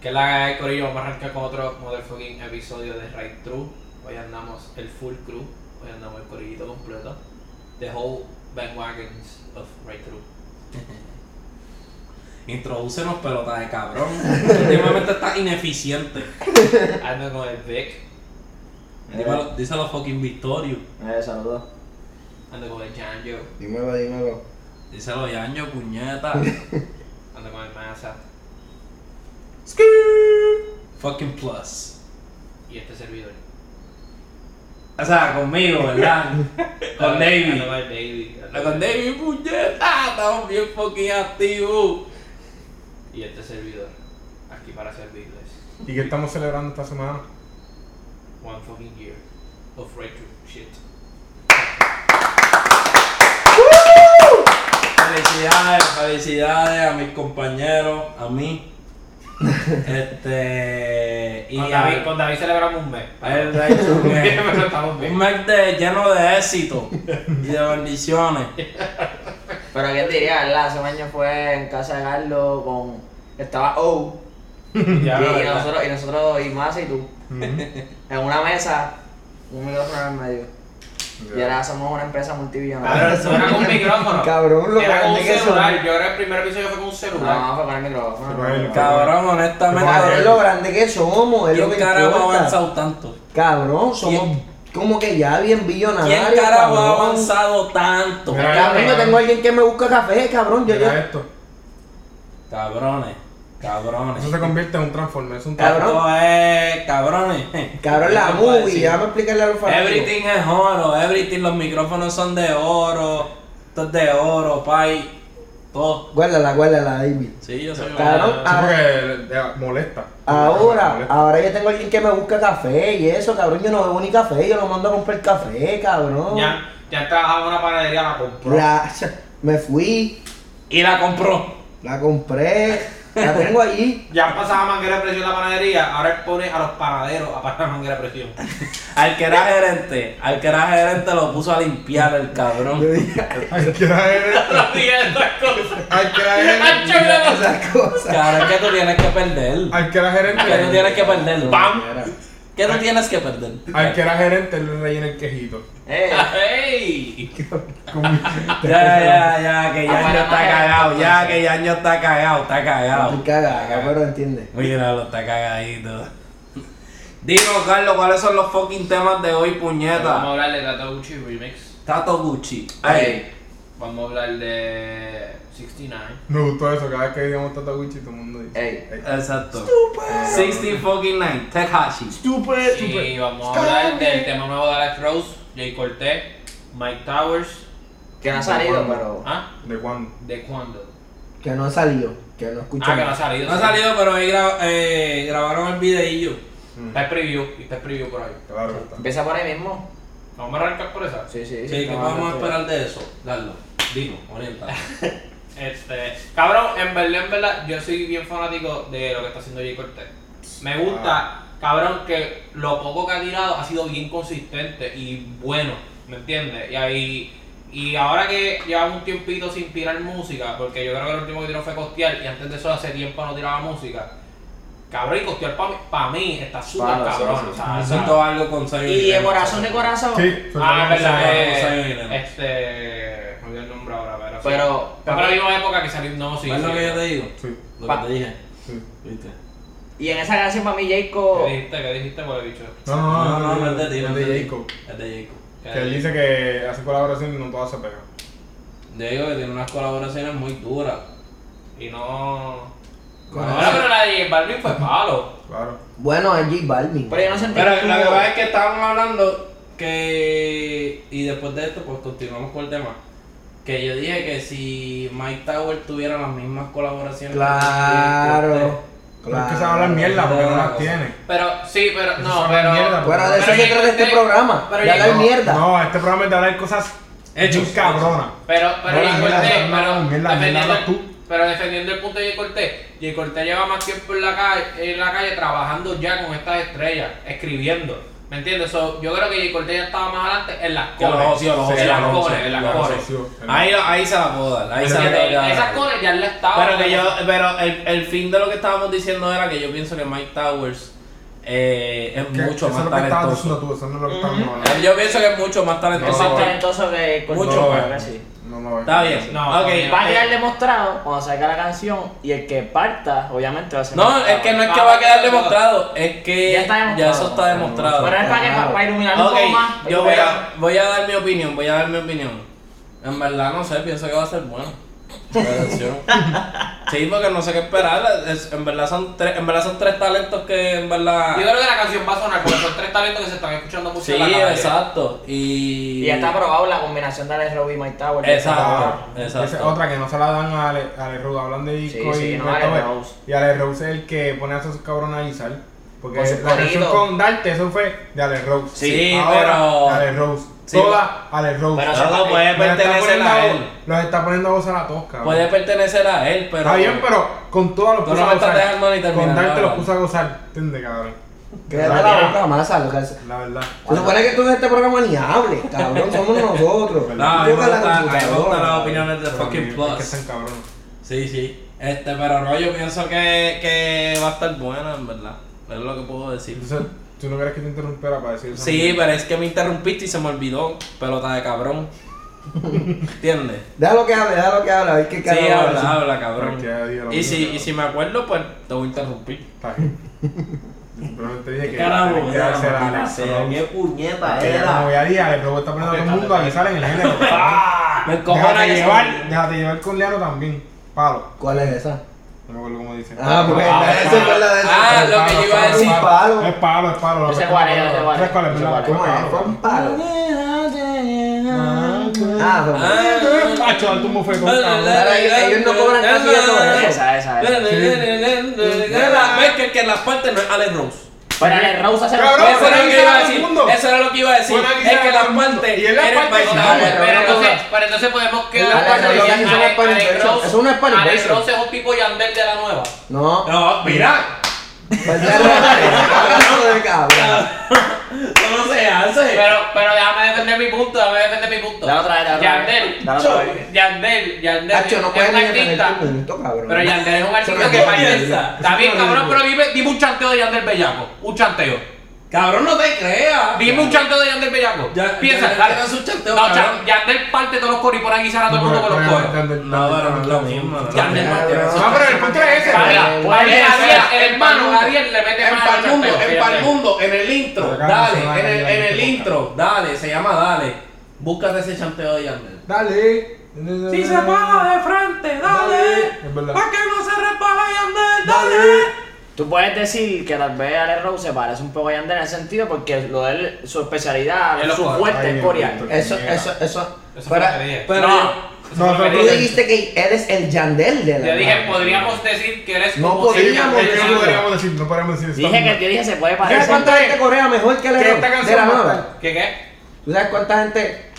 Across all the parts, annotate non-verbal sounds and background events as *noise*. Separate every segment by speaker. Speaker 1: Que la de Corillo, vamos a arrancar con otro motherfucking episodio de Right True. Hoy andamos el full crew, hoy andamos el corillito completo. The whole bandwagons of Right True.
Speaker 2: Introdúcenos pelota de cabrón. *laughs* Últimamente estás ineficiente.
Speaker 1: Ando con el Vic,
Speaker 2: Dímelo, díselo fucking Victorio.
Speaker 3: Eh, saludos.
Speaker 1: ando con el Janjo,
Speaker 4: Dímelo, dímelo.
Speaker 2: Díselo Yanjo, *laughs* puñeta.
Speaker 1: ando con el Massa
Speaker 2: fucking plus.
Speaker 1: y este servidor.
Speaker 2: O sea, conmigo, *laughs* ¿verdad? con
Speaker 1: Ando
Speaker 2: David.
Speaker 1: con el David. ando
Speaker 2: Con David, puñeta. Ah, Estamos bien fucking activos.
Speaker 1: Y este servidor, aquí para servirles.
Speaker 4: ¿Y qué estamos celebrando esta semana?
Speaker 1: One fucking year of Right True shit.
Speaker 2: Felicidades, felicidades a mis compañeros, a *laughs* mí. Este. Y
Speaker 1: Con
Speaker 2: a-
Speaker 1: David, con David celebramos un mes.
Speaker 2: a él le ha *laughs* hecho un-
Speaker 1: Pero *laughs* estamos
Speaker 2: Un
Speaker 1: bien.
Speaker 2: mes de- lleno de éxito y de bendiciones.
Speaker 3: Pero quién diría, ¿verdad? Hace un año fue en casa de Carlos con. Estaba O. Y,
Speaker 1: Ya,
Speaker 3: y
Speaker 1: ¿verdad?
Speaker 3: nosotros, y nosotros, y más y tú.
Speaker 4: Ujú.
Speaker 3: En una mesa, un micrófono en el medio. Y ahora somos una empresa multibillonaria.
Speaker 1: Cabrón, eso era con un micrófono.
Speaker 4: Cabrón, lo
Speaker 1: era con un
Speaker 4: grande que son. Ah.
Speaker 1: celular. Yo era el primer episodio fue con un celular.
Speaker 3: No, fue con el micrófono.
Speaker 4: Fue con
Speaker 2: Ah.
Speaker 4: el micrófono.
Speaker 2: Cabrón,
Speaker 4: Cabrón, lo
Speaker 2: honestamente.
Speaker 4: grande que somos, es lo
Speaker 2: ¿Quién
Speaker 4: que
Speaker 2: carajo ha
Speaker 4: importa.
Speaker 2: avanzado tanto?
Speaker 4: Cabrón, somos como que ya bien
Speaker 2: ¿Quién
Speaker 4: billonarios.
Speaker 2: carajo ha
Speaker 4: cabrón.
Speaker 2: avanzado tanto?
Speaker 4: Mira, Cabrón, yo tengo alguien que me busca café, cabrón. Yo, yo-
Speaker 5: Mira esto.
Speaker 2: Cabrones, cabrones.
Speaker 5: Eso se convierte en un transforme, es un
Speaker 4: Cabrón.
Speaker 2: Esto es, cabrones.
Speaker 4: Cabrón, la
Speaker 2: ¿Qué te puedo
Speaker 4: movie,
Speaker 2: decir?
Speaker 4: déjame explicarle a los fanáticos.
Speaker 2: Everything es oro, everything, los micrófonos son de oro, esto es de oro, pay, todo.
Speaker 4: Guárdala, guárdala, David.
Speaker 2: Sí, yo soy
Speaker 4: Cabrón,
Speaker 5: Sí,
Speaker 4: ah,
Speaker 5: porque eh, molesta.
Speaker 4: ahora,
Speaker 5: Molesta.
Speaker 4: ahora yo tengo alguien que me busca café y eso, cabrón. Yo no bebo ni café, yo lo mando a comprar café, cabrón.
Speaker 1: Ya, ya trabajaba en una panadería, la compró.
Speaker 4: La- *laughs* me fui,
Speaker 2: Y la compró.
Speaker 4: la compré, la tengo allí.
Speaker 1: Ya pasaba manguera de presión en la panadería, ahora él pone a los panaderos a pagar manguera de *laughs* presión.
Speaker 2: Al que era gerente, al que era gerente lo puso a limpiar el
Speaker 4: Yo
Speaker 2: cabrón.
Speaker 4: dije, *laughs*
Speaker 5: Hay que traer.
Speaker 1: *laughs*
Speaker 5: Hay que traer.
Speaker 4: esas
Speaker 2: *laughs*
Speaker 4: cosas.
Speaker 2: Cabrón, ¿qué tú tienes que perder?
Speaker 5: Al que era gerente.
Speaker 2: ¿Qué tú tienes que perder?
Speaker 1: ¡Pam!
Speaker 2: ¿Qué tú tienes que perder?
Speaker 5: Al que era gerente le rellena el quejito.
Speaker 3: Eh,
Speaker 1: ¡Ey!
Speaker 2: Ya, ya, ya, que Ah, ya
Speaker 3: Afuera,
Speaker 2: está cagado, ya que Yaño está cagado, está cagado.
Speaker 4: Estoy cagada, pero entiende.
Speaker 2: Míralo, está cagadito. Digo, Carlos, ¿cuáles son los fucking temas de hoy,
Speaker 1: Vamos a
Speaker 2: puñeta?
Speaker 1: hablar de Tato Gucci Remix.
Speaker 2: Tato Gucci. Ay,
Speaker 1: Vamos a hablar de 69.
Speaker 5: Me gustó eso, cada vez que digamos Tataguchi, todo el mundo dice.
Speaker 3: Ey.
Speaker 5: Ey.
Speaker 2: exacto. 60 fucking 9, Tekashi.
Speaker 4: Eh,
Speaker 1: Y vamos a hablar del tema nuevo de Alex Rose, Jay Cortez, Mike Towers.
Speaker 3: que no ha salido, pero.
Speaker 4: Bueno,
Speaker 1: ¿Ah?
Speaker 5: ¿De cuándo?
Speaker 1: ¿De cuándo?
Speaker 4: Que no ha salido, que no
Speaker 1: Ah, que no ha
Speaker 4: escucha.
Speaker 1: salido.
Speaker 2: No ha salido, pero ahí gra- eh, grabaron el videillo.
Speaker 5: Mm,
Speaker 1: Está el preview, y está el preview por ahí.
Speaker 5: Claro, está.
Speaker 3: Empieza por ahí mismo.
Speaker 1: Vamos a arrancar por esa.
Speaker 3: Sí, sí.
Speaker 2: Sí, ¿qué
Speaker 3: no,
Speaker 2: podemos
Speaker 3: no,
Speaker 2: esperar de eso? Carlos, dinos, orienta.
Speaker 1: Este, cabrón, en verdad, en verdad, yo soy bien fanático de lo que está haciendo Jay Cortez. Me
Speaker 3: Ah.
Speaker 1: gusta, cabrón, que lo poco que ha tirado ha sido bien consistente y bueno, ¿me entiendes? Y ahí, y ahora que llevamos un tiempito sin tirar música, porque yo creo que el último que tiró fue Costear y antes de eso hace tiempo no tiraba música. Cabrón, y Costear para mí, pa mí está súper
Speaker 3: Claro, sí,
Speaker 1: cabrón.
Speaker 3: sí,
Speaker 1: o
Speaker 3: sí.
Speaker 1: sea, o sea,
Speaker 2: Haciendo algo con
Speaker 3: Y
Speaker 2: Simon
Speaker 3: de
Speaker 2: Lennon.
Speaker 3: corazón de corazón.
Speaker 5: Sí, soy
Speaker 1: Ah,
Speaker 5: fanático.
Speaker 1: es verdad,
Speaker 2: Gonzalo,
Speaker 1: eh,
Speaker 2: Gonzalo Guillermo.
Speaker 1: este. No olvidé el nombre ahora, pero. sí.
Speaker 3: Pero-
Speaker 1: Fue para la misma época que salió. No, sí.
Speaker 2: ¿Ves lo
Speaker 1: sí.
Speaker 2: que yo te digo?
Speaker 5: Sí,
Speaker 2: Lo
Speaker 3: Pa-
Speaker 2: que te dije.
Speaker 5: sí.
Speaker 2: ¿Viste?
Speaker 3: Y en esa canción para mí, Jacob.
Speaker 1: ¿Qué dijiste? ¿Qué dijiste, por el bicho?
Speaker 5: No, no, no,
Speaker 2: no, no es de ti,
Speaker 5: es
Speaker 2: no
Speaker 5: de Jacob.
Speaker 2: Es de Jacob.
Speaker 1: ¿Qué
Speaker 5: Que él
Speaker 1: dijiste?
Speaker 5: dice que hace colaboración y no todas se pegan.
Speaker 2: Yo digo que tiene unas colaboraciones muy duras.
Speaker 1: Y no.
Speaker 4: Con
Speaker 1: Bueno,
Speaker 4: eso.
Speaker 1: pero la de J Balvin fue palo.
Speaker 5: Claro.
Speaker 4: Bueno, es J Balvin.
Speaker 3: Pero yo no sentí
Speaker 2: Pero
Speaker 3: que
Speaker 2: lo que
Speaker 3: tuvo-
Speaker 2: pasa es que estábamos hablando que. Y después de esto, pues continuamos con el tema. Que yo dije que si Mike Tower tuviera las mismas colaboraciones. que
Speaker 4: Claro.
Speaker 5: Pero es que se
Speaker 4: claro.
Speaker 5: hablan mierda porque no
Speaker 2: Claro.
Speaker 5: las tiene.
Speaker 1: Pero sí, pero.
Speaker 5: Eso
Speaker 1: No,
Speaker 5: es una
Speaker 1: pero.
Speaker 5: mierda,
Speaker 1: pero
Speaker 4: Bueno, de eso
Speaker 1: Pero
Speaker 4: se trata
Speaker 1: J-
Speaker 4: este programa.
Speaker 1: pero
Speaker 4: De
Speaker 1: J-
Speaker 4: hablar mierda.
Speaker 5: No, este programa es de hablar cosas
Speaker 2: Hechos.
Speaker 5: bien cabronas.
Speaker 1: Pero, pero,
Speaker 5: No, la
Speaker 1: J.
Speaker 5: mierda,
Speaker 1: Cortez,
Speaker 5: no, no,
Speaker 1: pero
Speaker 5: no, mierda,
Speaker 1: defendiendo-
Speaker 5: mierda, tú.
Speaker 1: pero defendiendo el punto de J. Cortés, J. Cortés lleva más tiempo en la calle, en la calle trabajando ya con estas estrellas, escribiendo. ¿Me entiendes? So, yo creo que J. Cortés ya estaba más adelante en las
Speaker 2: Que los
Speaker 1: cores.
Speaker 2: oció, los
Speaker 1: en
Speaker 2: oció,
Speaker 1: las
Speaker 2: los
Speaker 1: cores,
Speaker 2: oció,
Speaker 1: en las
Speaker 5: los
Speaker 1: cores.
Speaker 5: oció.
Speaker 2: Ahí, ahí se la puedo dar. Ahí se la
Speaker 1: Porque
Speaker 2: tengo que dar.
Speaker 1: Esas cores ya él estaba.
Speaker 2: Pero que yo, pero el, el fin de lo que estábamos diciendo era que yo pienso que Mike Towers eh, es
Speaker 5: Que-
Speaker 2: mucho
Speaker 5: eso es
Speaker 2: más
Speaker 5: lo que estabas
Speaker 2: talentoso.
Speaker 5: diciendo tú, eso no es lo que estábamos
Speaker 1: Ujú.
Speaker 5: hablando.
Speaker 2: Eh, Yo pienso que es mucho más
Speaker 3: Es
Speaker 2: talentoso.
Speaker 5: No.
Speaker 3: más
Speaker 2: que-
Speaker 3: talentoso que Cortés,
Speaker 2: Mucho
Speaker 3: yo
Speaker 2: más.
Speaker 3: creo que sí.
Speaker 5: No lo veo.
Speaker 2: Está bien.
Speaker 1: No,
Speaker 2: ok.
Speaker 1: también.
Speaker 3: Va a quedar
Speaker 2: eh,
Speaker 3: demostrado cuando salga la canción y el que parta, obviamente va a ser.
Speaker 2: No,
Speaker 3: Mike
Speaker 2: es que no es
Speaker 1: Ah,
Speaker 2: que va a quedar
Speaker 1: pero-
Speaker 2: demostrado, es que
Speaker 3: Ya está demostrado.
Speaker 2: ya eso está demostrado.
Speaker 3: Pero es para que para, iluminar un
Speaker 2: Ok,
Speaker 3: poco más.
Speaker 2: yo voy a, voy a dar mi opinión, voy a dar mi opinión. En verdad no sé, pienso que va a ser bueno. La canción.
Speaker 3: *laughs*
Speaker 2: sí, porque no sé qué esperar. es- en, verdad son tres, en verdad son tres talentos que en verdad...
Speaker 1: Yo creo que la canción va a sonar porque son tres talentos que se están escuchando mucho
Speaker 2: Sí,
Speaker 1: en la calle.
Speaker 2: exacto. Y...
Speaker 3: Y ya está probado la combinación de Alex Rowe y Mike Tower.
Speaker 2: Exacto,
Speaker 5: Esa es
Speaker 2: exacto.
Speaker 5: otra que no se la dan a Ale, a Ale Rose, hablan de
Speaker 3: Sí,
Speaker 5: disco
Speaker 3: sí,
Speaker 5: y
Speaker 3: no,
Speaker 5: Beethoven.
Speaker 3: Ale Rose.
Speaker 5: Y Ale Rose es el que pone a esos cabrones a guisar. Porque
Speaker 3: Con sus
Speaker 5: la canción
Speaker 3: corridos.
Speaker 5: con Darte, eso fue de Ale Rose.
Speaker 2: Sí,
Speaker 5: Ahora,
Speaker 2: pero-
Speaker 5: Ale Rose.
Speaker 2: Sí,
Speaker 5: Toda Ale Rose.
Speaker 3: pero-
Speaker 2: No, no, puede
Speaker 5: Los está
Speaker 2: pertenecer
Speaker 5: poniendo-
Speaker 2: a él.
Speaker 5: Los está poniendo a gozar a todos, cabrón.
Speaker 2: Puede pertenecer a él, pero...
Speaker 5: Está bien, pero con todos los
Speaker 2: Tú
Speaker 5: puso
Speaker 2: no
Speaker 5: a
Speaker 2: me estás
Speaker 5: gozar.
Speaker 2: dejando ni terminar,
Speaker 5: Con Darte los
Speaker 2: cabrón.
Speaker 5: puso a gozar, ¿entiendes, cabrón?
Speaker 4: Quédate la boca masa, lo que hace.
Speaker 5: La verdad.
Speaker 4: Se supone que tú en este programa ni hables, cabrón, somos nosotros.
Speaker 2: *laughs* No, a mí
Speaker 4: Tú
Speaker 2: me
Speaker 4: que la
Speaker 2: gustan- a mí me gustan
Speaker 4: computadora.
Speaker 2: las opiniones de
Speaker 5: Pero
Speaker 2: Fucking
Speaker 5: Es que
Speaker 2: Plus.
Speaker 5: están cabrones.
Speaker 2: Sí, sí. Este, pero no, yo pienso que, que va a estar buena, en verdad. Es lo que puedo decir.
Speaker 5: Entonces, ¿tú no crees que te interrumpiera para decir eso?
Speaker 2: Sí, pero es que me interrumpiste y se me olvidó. Pelota de cabrón. ¿Entiendes?
Speaker 4: Déjalo que hable, déjalo que hable, a ver qué
Speaker 2: Sí,
Speaker 4: carajo va a
Speaker 2: habla,
Speaker 4: decir.
Speaker 2: habla, cabrón.
Speaker 5: Porque ahí lo
Speaker 2: Y si,
Speaker 5: mismo.
Speaker 2: y si me acuerdo, pues te voy a interrumpir.
Speaker 5: Está bien. Pero
Speaker 2: *laughs*
Speaker 5: te dije que.
Speaker 2: Carajo,
Speaker 5: que hacer
Speaker 2: maldita
Speaker 5: algo,
Speaker 2: sea,
Speaker 5: ¿no?
Speaker 2: qué
Speaker 4: puñeta
Speaker 5: Que Como ya dije, el robot está poniendo a todo el mundo a avisar en el género.
Speaker 2: *laughs* Me encojona
Speaker 5: Ah, déjate,
Speaker 2: Ah, que se
Speaker 5: llevar,
Speaker 2: me-
Speaker 5: déjate llevar con Leano también. Palo.
Speaker 4: ¿Cuál es esa?
Speaker 5: No me acuerdo cómo dice.
Speaker 4: Ah, porque
Speaker 2: Ah,
Speaker 4: esa es la de
Speaker 2: ah,
Speaker 4: esa.
Speaker 2: lo que yo iba a
Speaker 5: es
Speaker 2: decir.
Speaker 4: Palo.
Speaker 5: Es palo, es palo.
Speaker 3: Yo sé cuál es, yo sé cuál es.
Speaker 5: ¿Sabes cuál es,
Speaker 3: Yo sé
Speaker 2: ah.
Speaker 5: verdad?
Speaker 3: cuál
Speaker 4: ¿Cómo es?
Speaker 5: Palo,
Speaker 4: Fue un palo.
Speaker 5: palo.
Speaker 4: Ah, fue un palo.
Speaker 2: Ah.
Speaker 5: Ah, chaval, tú me fue con cabrón.
Speaker 4: la- ellos no cobran casi de todo eso.
Speaker 3: Esa, esa, esa.
Speaker 2: Ves que- que en la parte no es Alex Rose.
Speaker 3: Pero Alex Rose hace
Speaker 5: Cabrón,
Speaker 2: Eso
Speaker 5: pero
Speaker 2: era lo que iba a
Speaker 5: Todo el
Speaker 2: decir.
Speaker 5: mundo.
Speaker 2: Eso era lo que iba a decir.
Speaker 5: Buena
Speaker 2: Es
Speaker 5: guisa
Speaker 2: que
Speaker 5: de
Speaker 2: la
Speaker 5: todo el mundo.
Speaker 2: parte
Speaker 5: Y en la
Speaker 2: eres
Speaker 5: parte-
Speaker 2: bailables.
Speaker 4: Dale,
Speaker 1: Pero, entonces, pero entonces podemos quedar
Speaker 4: Claro,
Speaker 1: con
Speaker 4: lo que
Speaker 1: que
Speaker 4: hacen son
Speaker 1: Ale-
Speaker 4: Spanish
Speaker 1: Ale
Speaker 4: version.
Speaker 1: Rose-
Speaker 4: Es una Spanish
Speaker 1: Ale
Speaker 4: version.
Speaker 1: Rose es un tipo Yandel de la nueva.
Speaker 4: No,
Speaker 2: No, mira.
Speaker 4: pues ya lo Habla de cabrón.
Speaker 1: Ah,
Speaker 2: Eso no se hace.
Speaker 1: Pero, pero déjame defender mi punto, déjame defender mi punto.
Speaker 3: Dale otra vez, dale otra vez.
Speaker 1: Yandel,
Speaker 3: Dale otra vez.
Speaker 1: Yandel, Yandel
Speaker 4: Nacho, no
Speaker 1: es
Speaker 4: puedes
Speaker 1: un
Speaker 4: ni defender
Speaker 1: artista.
Speaker 4: tu punto, cabrón.
Speaker 1: Pero Yandel es un artista
Speaker 4: Pero
Speaker 1: que
Speaker 4: no
Speaker 1: participa.
Speaker 4: mierda.
Speaker 1: Está bien,
Speaker 5: Eso no
Speaker 1: cabrón,
Speaker 5: es
Speaker 1: pero dime, dime un chanteo de Yandel Bellaco. Un chanteo.
Speaker 2: Cabrón, no te creas.
Speaker 1: Dime un chanteo de Yandel Bellaco.
Speaker 2: Ya-
Speaker 1: Piensa,
Speaker 2: Yandel
Speaker 1: dale.
Speaker 2: hace un chanteo,
Speaker 1: No, cha-
Speaker 2: cabrón.
Speaker 1: Yandel parte todos los coros y por aquí será todo el mundo con los coros.
Speaker 2: No, pero no es lo mismo. no es lo
Speaker 1: Ya,
Speaker 2: mismo.
Speaker 1: ya,
Speaker 4: ya.
Speaker 5: No, Ah, pero el punto es ese.
Speaker 1: Para,
Speaker 5: ¿verdad?
Speaker 3: Dale,
Speaker 1: para
Speaker 3: dale,
Speaker 1: Ariel,
Speaker 2: dale,
Speaker 1: el hermano
Speaker 2: dale.
Speaker 1: Ariel le mete
Speaker 2: En
Speaker 1: más al
Speaker 2: Palmundo,
Speaker 1: chanteo,
Speaker 2: en
Speaker 1: fíjate.
Speaker 2: Palmundo, en el intro,
Speaker 5: Pero acá no se
Speaker 2: dale,
Speaker 5: van a
Speaker 2: en el,
Speaker 5: llevar
Speaker 2: en
Speaker 5: ni
Speaker 2: el
Speaker 5: boca.
Speaker 2: intro, dale, se llama dale. Búscate ese chanteo de Yandel.
Speaker 5: Dale.
Speaker 2: Si se eh. baja de frente, dale.
Speaker 5: Es verdad.
Speaker 2: Pa' que no se resbala Yandel,
Speaker 5: Dale.
Speaker 2: dale.
Speaker 3: Tú puedes decir que tal vez Alex Rose se parece un poco a Yandel en ese sentido porque lo de él, su especialidad,
Speaker 1: Es lo
Speaker 3: su
Speaker 1: coreano.
Speaker 5: Ay,
Speaker 3: fuerte es
Speaker 5: mi
Speaker 3: coreano.
Speaker 5: Dios.
Speaker 4: Eso, eso, eso.
Speaker 1: Eso fue lo que
Speaker 4: Pero
Speaker 1: dije.
Speaker 2: Pero
Speaker 5: No, pero
Speaker 4: tú dijiste que eres el Yandel de
Speaker 1: Yo
Speaker 4: la.
Speaker 1: dije, podríamos decir que eres
Speaker 4: No
Speaker 1: como si-
Speaker 5: Sí,
Speaker 4: podíamos
Speaker 5: es que no podríamos decir, no podríamos decir
Speaker 3: Dije que yo dije se puede
Speaker 4: ¿Sabes
Speaker 3: parecer.
Speaker 4: cuánta gente corea mejor que la
Speaker 5: Que esta
Speaker 4: de
Speaker 5: canción
Speaker 4: la
Speaker 5: va a
Speaker 4: nueva?
Speaker 5: estar-
Speaker 1: ¿Qué qué?
Speaker 4: ¿Tú sabes cuánta gente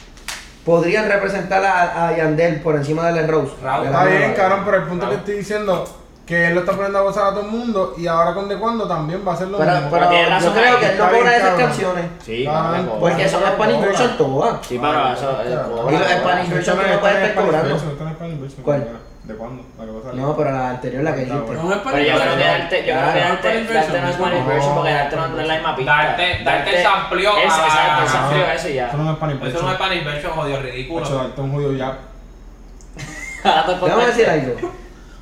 Speaker 4: podrían representar a, a Yandel por encima de Les Rose?
Speaker 1: Raúl.
Speaker 4: De la
Speaker 5: Está bien,
Speaker 4: nueva.
Speaker 5: cabrón, pero el punto que estoy diciendo que él lo está poniendo a gozar a todo el mundo y ahora con de cuando también va a ser lo
Speaker 4: Pero,
Speaker 5: mismo.
Speaker 4: pero
Speaker 3: Tienes
Speaker 4: yo
Speaker 3: razón,
Speaker 4: creo que él no
Speaker 5: está bien,
Speaker 4: cobra esas
Speaker 5: cabrón.
Speaker 4: canciones.
Speaker 3: Sí,
Speaker 5: Ah,
Speaker 3: no, no,
Speaker 4: Porque
Speaker 5: no,
Speaker 4: son
Speaker 5: no,
Speaker 4: Spanish
Speaker 5: no,
Speaker 4: version
Speaker 5: no.
Speaker 4: todas.
Speaker 3: Sí, pero eso.
Speaker 5: pues, Claro.
Speaker 3: eh,
Speaker 4: Y
Speaker 3: cobra,
Speaker 4: los
Speaker 3: cobra.
Speaker 4: Spanish version tú no puedes
Speaker 5: cobrando.
Speaker 4: perturbarlo. ¿Cuál?
Speaker 5: ¿De cuándo? La que va a salir.
Speaker 4: No, pero la anterior, la que
Speaker 5: Está
Speaker 4: dijiste.
Speaker 5: bueno.
Speaker 2: No es para
Speaker 3: Pero yo creo que
Speaker 4: Claro.
Speaker 3: darte, yo creo que darte,
Speaker 4: Claro.
Speaker 3: darte no es Spanish version porque darte no no es la misma pista.
Speaker 1: Darte- darte el sampleo
Speaker 3: Eso,
Speaker 1: a-
Speaker 3: exacto, el
Speaker 1: Ah,
Speaker 3: sampleo eso y ya.
Speaker 5: Eso no es Spanish
Speaker 1: Eso no es
Speaker 5: version.
Speaker 1: Spanish version, jodido,
Speaker 5: Ocho,
Speaker 1: ridículo.
Speaker 5: darte un judío ya.
Speaker 3: Ahora te
Speaker 4: Déjame
Speaker 3: contesto.
Speaker 4: decir algo.